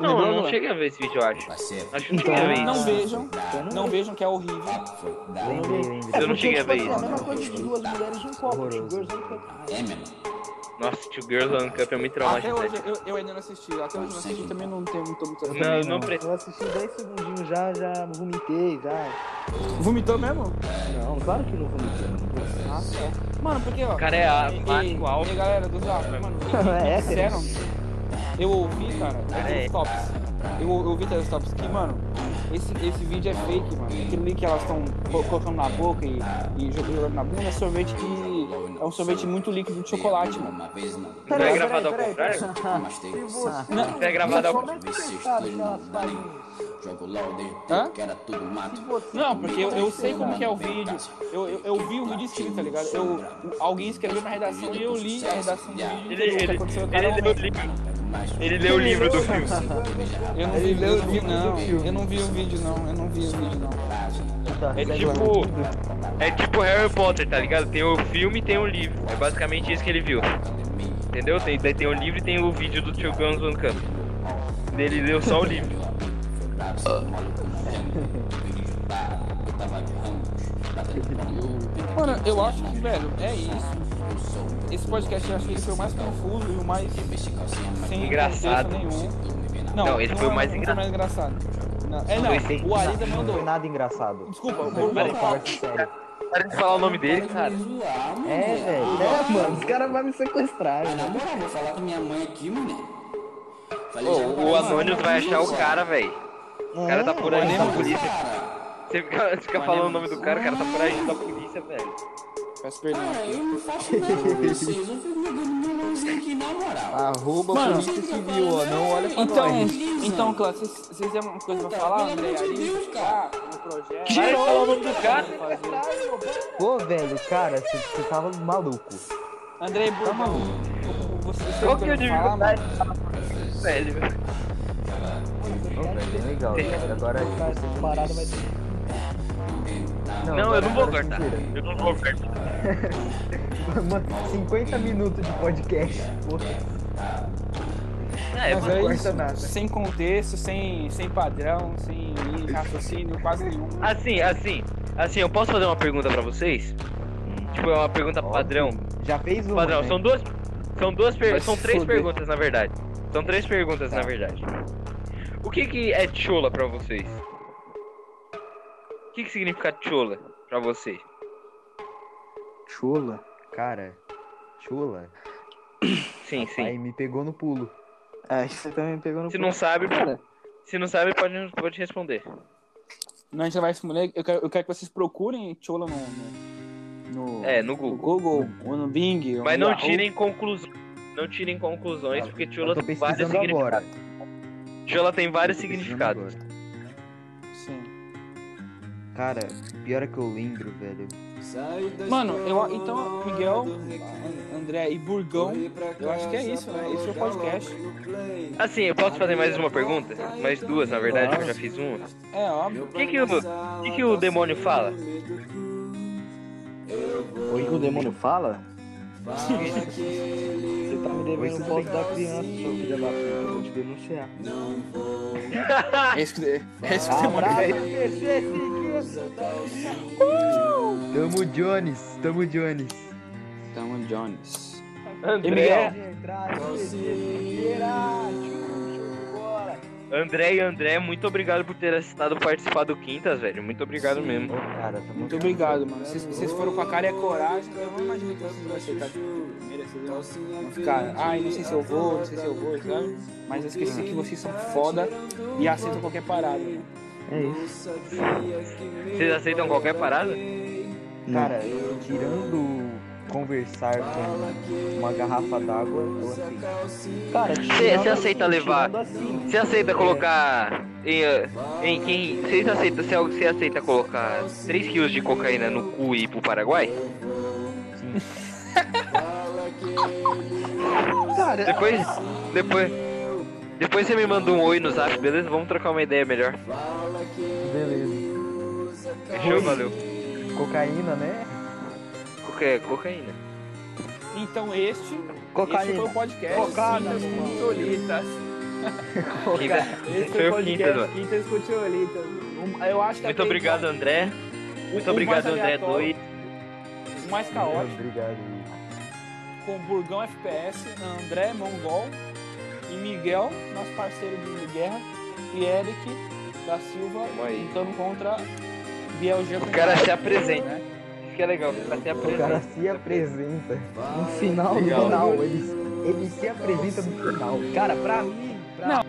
Speaker 3: Não,
Speaker 2: Lembrou,
Speaker 3: não
Speaker 1: é.
Speaker 2: mano?
Speaker 3: cheguei a ver esse vídeo, eu acho.
Speaker 9: parceiro.
Speaker 3: Acho que não cheguei a ver
Speaker 1: Não
Speaker 3: isso.
Speaker 1: vejam, não vejam que é horrível.
Speaker 3: Ah,
Speaker 9: Papo foi da
Speaker 5: Lembrei,
Speaker 3: Eu não
Speaker 5: lembrei.
Speaker 3: cheguei a ver
Speaker 2: É a
Speaker 3: isso.
Speaker 2: mesma coisa de duas mulheres e um copo.
Speaker 5: Horroroso.
Speaker 2: Two girls, one cup.
Speaker 9: É, mano.
Speaker 3: Nossa, Two Girls One Cup é muito
Speaker 1: Até
Speaker 3: traumatizante.
Speaker 1: hoje, eu, eu ainda não assisti. Até hoje eu não assisti, também não tenho muito... muito...
Speaker 3: Não, eu não
Speaker 5: não.
Speaker 3: preciso.
Speaker 2: Eu assisti 10 segundinhos já, já vomitei, já.
Speaker 1: Vomitou mesmo?
Speaker 2: Não, claro que não vomitei.
Speaker 1: Mano, porque, ó...
Speaker 3: O cara é a-
Speaker 1: e,
Speaker 3: mato alto.
Speaker 1: e, galera do Zap,
Speaker 3: *laughs*
Speaker 1: mano,
Speaker 2: É,
Speaker 1: me disseram... Eu ouvi, cara,
Speaker 3: É.
Speaker 1: aqueles tops. Eu, eu ouvi aqueles tops que, mano, esse, esse vídeo é fake, mano. Aquilo ali que elas estão colocando na boca e, e jogando jogando na bunda é sorvete que... É um sorvete muito líquido de chocolate, mano.
Speaker 9: Uma vez, mano.
Speaker 3: Não é gravado ao
Speaker 2: *laughs*
Speaker 3: contrário?
Speaker 9: Mas tem que
Speaker 3: Não é gravado ao
Speaker 2: Como é que vocês sabem que
Speaker 9: um
Speaker 2: elas fazem isso?
Speaker 9: Jogo LOL desde
Speaker 1: Hã?
Speaker 9: tempo que era tudo mato.
Speaker 2: Você-
Speaker 1: Não, porque eu, eu sei como que é o vídeo. Eu, eu, eu vi o vídeo escrito, tá ligado? Eu, o- alguém escreveu na redação e eu li a redação do vídeo.
Speaker 3: Ele,
Speaker 1: entendeu o que
Speaker 3: ele,
Speaker 1: aconteceu
Speaker 3: ele
Speaker 1: cara,
Speaker 3: leu o livro. Ele leu o livro do filme.
Speaker 1: Eu não vi, eu não vi, não. Eu não vi o vídeo, não. Eu não vi o vídeo, não.
Speaker 3: É tipo. É tipo Harry Potter, tá ligado? Tem o filme e tem o livro. É basicamente isso que ele viu. Entendeu? Tem, daí tem o livro e tem o vídeo do Two Guns One Cup. Ele leu só o livro.
Speaker 1: Mano, eu acho que, velho, é isso. Esse podcast eu acho que ele foi o mais confuso e o mais. Sem
Speaker 3: Engraçado.
Speaker 1: contexto Nenhum. Não,
Speaker 3: Não, ele foi o
Speaker 1: é-
Speaker 3: mais
Speaker 1: não
Speaker 3: engra-
Speaker 1: mais engraçado. Não, é, não. O Arida
Speaker 5: Não foi
Speaker 1: mandou.
Speaker 5: nada engraçado.
Speaker 1: Desculpa, o
Speaker 5: Foi uma
Speaker 1: Bruno.
Speaker 5: conversa séria.
Speaker 3: Para de falar o nome dele, cara.
Speaker 5: É, velho.
Speaker 2: É, mano, os caras vão me sequestrar.
Speaker 9: Na moral, vou falar com minha mãe aqui, mano. Falei,
Speaker 3: Ô,
Speaker 9: já
Speaker 3: o Anônimos vai achar o cara, velho. O cara tá por aí da
Speaker 1: Anônimos.
Speaker 3: polícia. Você fica, você fica
Speaker 1: O
Speaker 3: falando o nome
Speaker 1: Anônimos.
Speaker 3: do cara, o cara tá por aí da polícia, velho.
Speaker 1: Peço perdão
Speaker 8: Cara,
Speaker 1: aqui.
Speaker 8: eu
Speaker 1: *laughs*
Speaker 8: não faço nada pra vocês. Eu fico jogando melãozinho aqui na moral.
Speaker 4: Arroba
Speaker 1: Mano,
Speaker 4: Polícia Civil, ó. Não olha pra
Speaker 1: Então,
Speaker 4: nós.
Speaker 1: então, Clã, vocês- vocês têm alguma coisa pra
Speaker 8: Puta,
Speaker 1: falar,
Speaker 8: pelo
Speaker 1: André?
Speaker 8: amor de
Speaker 1: Ali,
Speaker 8: Deus, cara.
Speaker 1: o projeto.
Speaker 3: Vai falar o nome do cara.
Speaker 1: Fazer.
Speaker 5: Pô, velho, cara, você- você tava maluco.
Speaker 1: André Brumão, você você
Speaker 3: Qual
Speaker 1: tem
Speaker 3: que é a
Speaker 1: coisa pra falar,
Speaker 3: dificuldade?
Speaker 1: mano?
Speaker 3: Velho,
Speaker 5: Ô, velho, é legal. velho. Agora, tipo, você
Speaker 2: Essa parada vai ser.
Speaker 3: não, eu
Speaker 5: agora-
Speaker 3: não vou
Speaker 5: agora
Speaker 3: cortar.
Speaker 5: você me
Speaker 3: Eu não vou cortar.
Speaker 5: tira. Mano, 50 minutos de podcast.
Speaker 3: É,
Speaker 5: Mas
Speaker 3: mano,
Speaker 5: é
Speaker 1: corta
Speaker 5: isso. Nada.
Speaker 1: Sem contexto, sem, sem padrão, sem raciocínio, quase nenhum.
Speaker 3: assim, assim, assim, eu posso fazer uma pergunta pra vocês? Tipo, é uma pergunta padrão.
Speaker 5: Já fez uma,
Speaker 3: Padrão,
Speaker 5: né?
Speaker 3: são duas. São duas per-
Speaker 1: Vai
Speaker 3: São
Speaker 1: se
Speaker 3: três
Speaker 1: fuder.
Speaker 3: perguntas, na verdade. São três perguntas, na verdade. O que, que é chola pra vocês? O que, que significa chola pra vocês?
Speaker 2: Chula.
Speaker 3: um
Speaker 5: Cara, chula.
Speaker 3: Sim, sim.
Speaker 5: Aí me pegou no pulo.
Speaker 2: Ah, você também pegou no
Speaker 3: Se não né? sabe, se não sabe, pode, pode responder.
Speaker 1: Não, a gente não vai responder. Eu quero, eu quero que vocês procurem Chola no, no, no-
Speaker 3: É, no
Speaker 1: no
Speaker 3: Google.
Speaker 1: Google ou no Bing. ou
Speaker 3: Mas
Speaker 1: no
Speaker 3: não
Speaker 1: Yahoo.
Speaker 3: tirem conclusões. Não tirem conclusões, porque
Speaker 5: Eu
Speaker 3: chola
Speaker 5: tô
Speaker 3: tem vários
Speaker 5: pesquisando agora.
Speaker 3: significados. Chola tem vários
Speaker 5: Tô pesquisando
Speaker 3: significados.
Speaker 5: agora.
Speaker 1: Sim.
Speaker 5: Cara, pior é que eu lembro, velho.
Speaker 1: Mano, eu, então, Miguel, André e Burgão, eu acho que é isso, né? Esse é o podcast.
Speaker 3: Assim, eu posso fazer mais uma pergunta? Mais duas, na verdade, que eu já fiz uma.
Speaker 1: É óbvio.
Speaker 3: O que, que, o, que, que o demônio fala?
Speaker 2: Oi, o demônio fala? Você tá me devendo o voto da criança, seu filho da puta. Eu vou te denunciar.
Speaker 1: É isso que, é isso que demora.
Speaker 2: Abraço, PC, seguiu.
Speaker 5: Tamo Jones, tamo Jones.
Speaker 1: Tamo Jones. E
Speaker 3: André,
Speaker 1: Miguel?
Speaker 2: Entrar, PC, Siqueira. Show de bola.
Speaker 3: André e André, muito obrigado por ter aceitado participar do Quintas, velho. Muito obrigado mesmo.
Speaker 5: Cara, tamo
Speaker 1: Muito obrigado, mano. Vocês, vocês foram com a cara e a coragem. então Eu não imaginei que vocês vão aceitar tipo de primeira, vocês vão- vão ficar. Ai, não sei se eu vou, não sei se eu vou, sabe? Mas eu esqueci que vocês são foda e aceitam qualquer parada. Né?
Speaker 5: É isso.
Speaker 3: Vocês aceitam qualquer parada?
Speaker 5: Cara, tirando conversar com uma garrafa d'água, eu assim. aceito.
Speaker 2: Cara,
Speaker 3: Você- você aceita levar?
Speaker 2: tirando assim,
Speaker 3: Você aceita colocar em, eh, em quem. Vocês aceitam, se você aceita colocar 3 quilos de cocaína no cu e ir pro Paraguai?
Speaker 1: *laughs*
Speaker 2: Cara,
Speaker 3: Depois. Depois. Depois você me manda um oi no zap, beleza? Vamos trocar uma ideia melhor.
Speaker 5: Beleza.
Speaker 3: Fechou? Valeu.
Speaker 5: Cocaína, né?
Speaker 3: Coca, cocaína.
Speaker 1: Então este, este foi
Speaker 5: Cocaína.
Speaker 1: o podcast.
Speaker 2: Cocaína,
Speaker 1: Quintas com
Speaker 2: mano.
Speaker 1: Tolitas.
Speaker 3: Quintas-
Speaker 1: Esse
Speaker 3: Foi
Speaker 1: foi
Speaker 3: o
Speaker 1: o podcast tá
Speaker 3: Quintas, mano.
Speaker 1: Quintas com Tolitas. Um- Eu acho que
Speaker 3: Muito
Speaker 1: até
Speaker 3: obrigado, André.
Speaker 1: o mais
Speaker 3: Muito obrigado, André
Speaker 1: aleatório,
Speaker 3: 2.
Speaker 1: O mais caótico,
Speaker 5: Obrigado.
Speaker 1: com Burgão FPS, André Mongol e Miguel, nosso parceiro de guerra, e Eric da Silva,
Speaker 3: Tamo aí.
Speaker 1: lutando contra Biel G.
Speaker 3: O cara se apresenta. Isso que é legal, o cara se
Speaker 5: O cara
Speaker 3: apresenta.
Speaker 5: se apresenta.
Speaker 2: no final, no
Speaker 3: Legal.
Speaker 2: final.
Speaker 5: Ele, ele se apresenta no final.
Speaker 2: Cara, pra mim, pra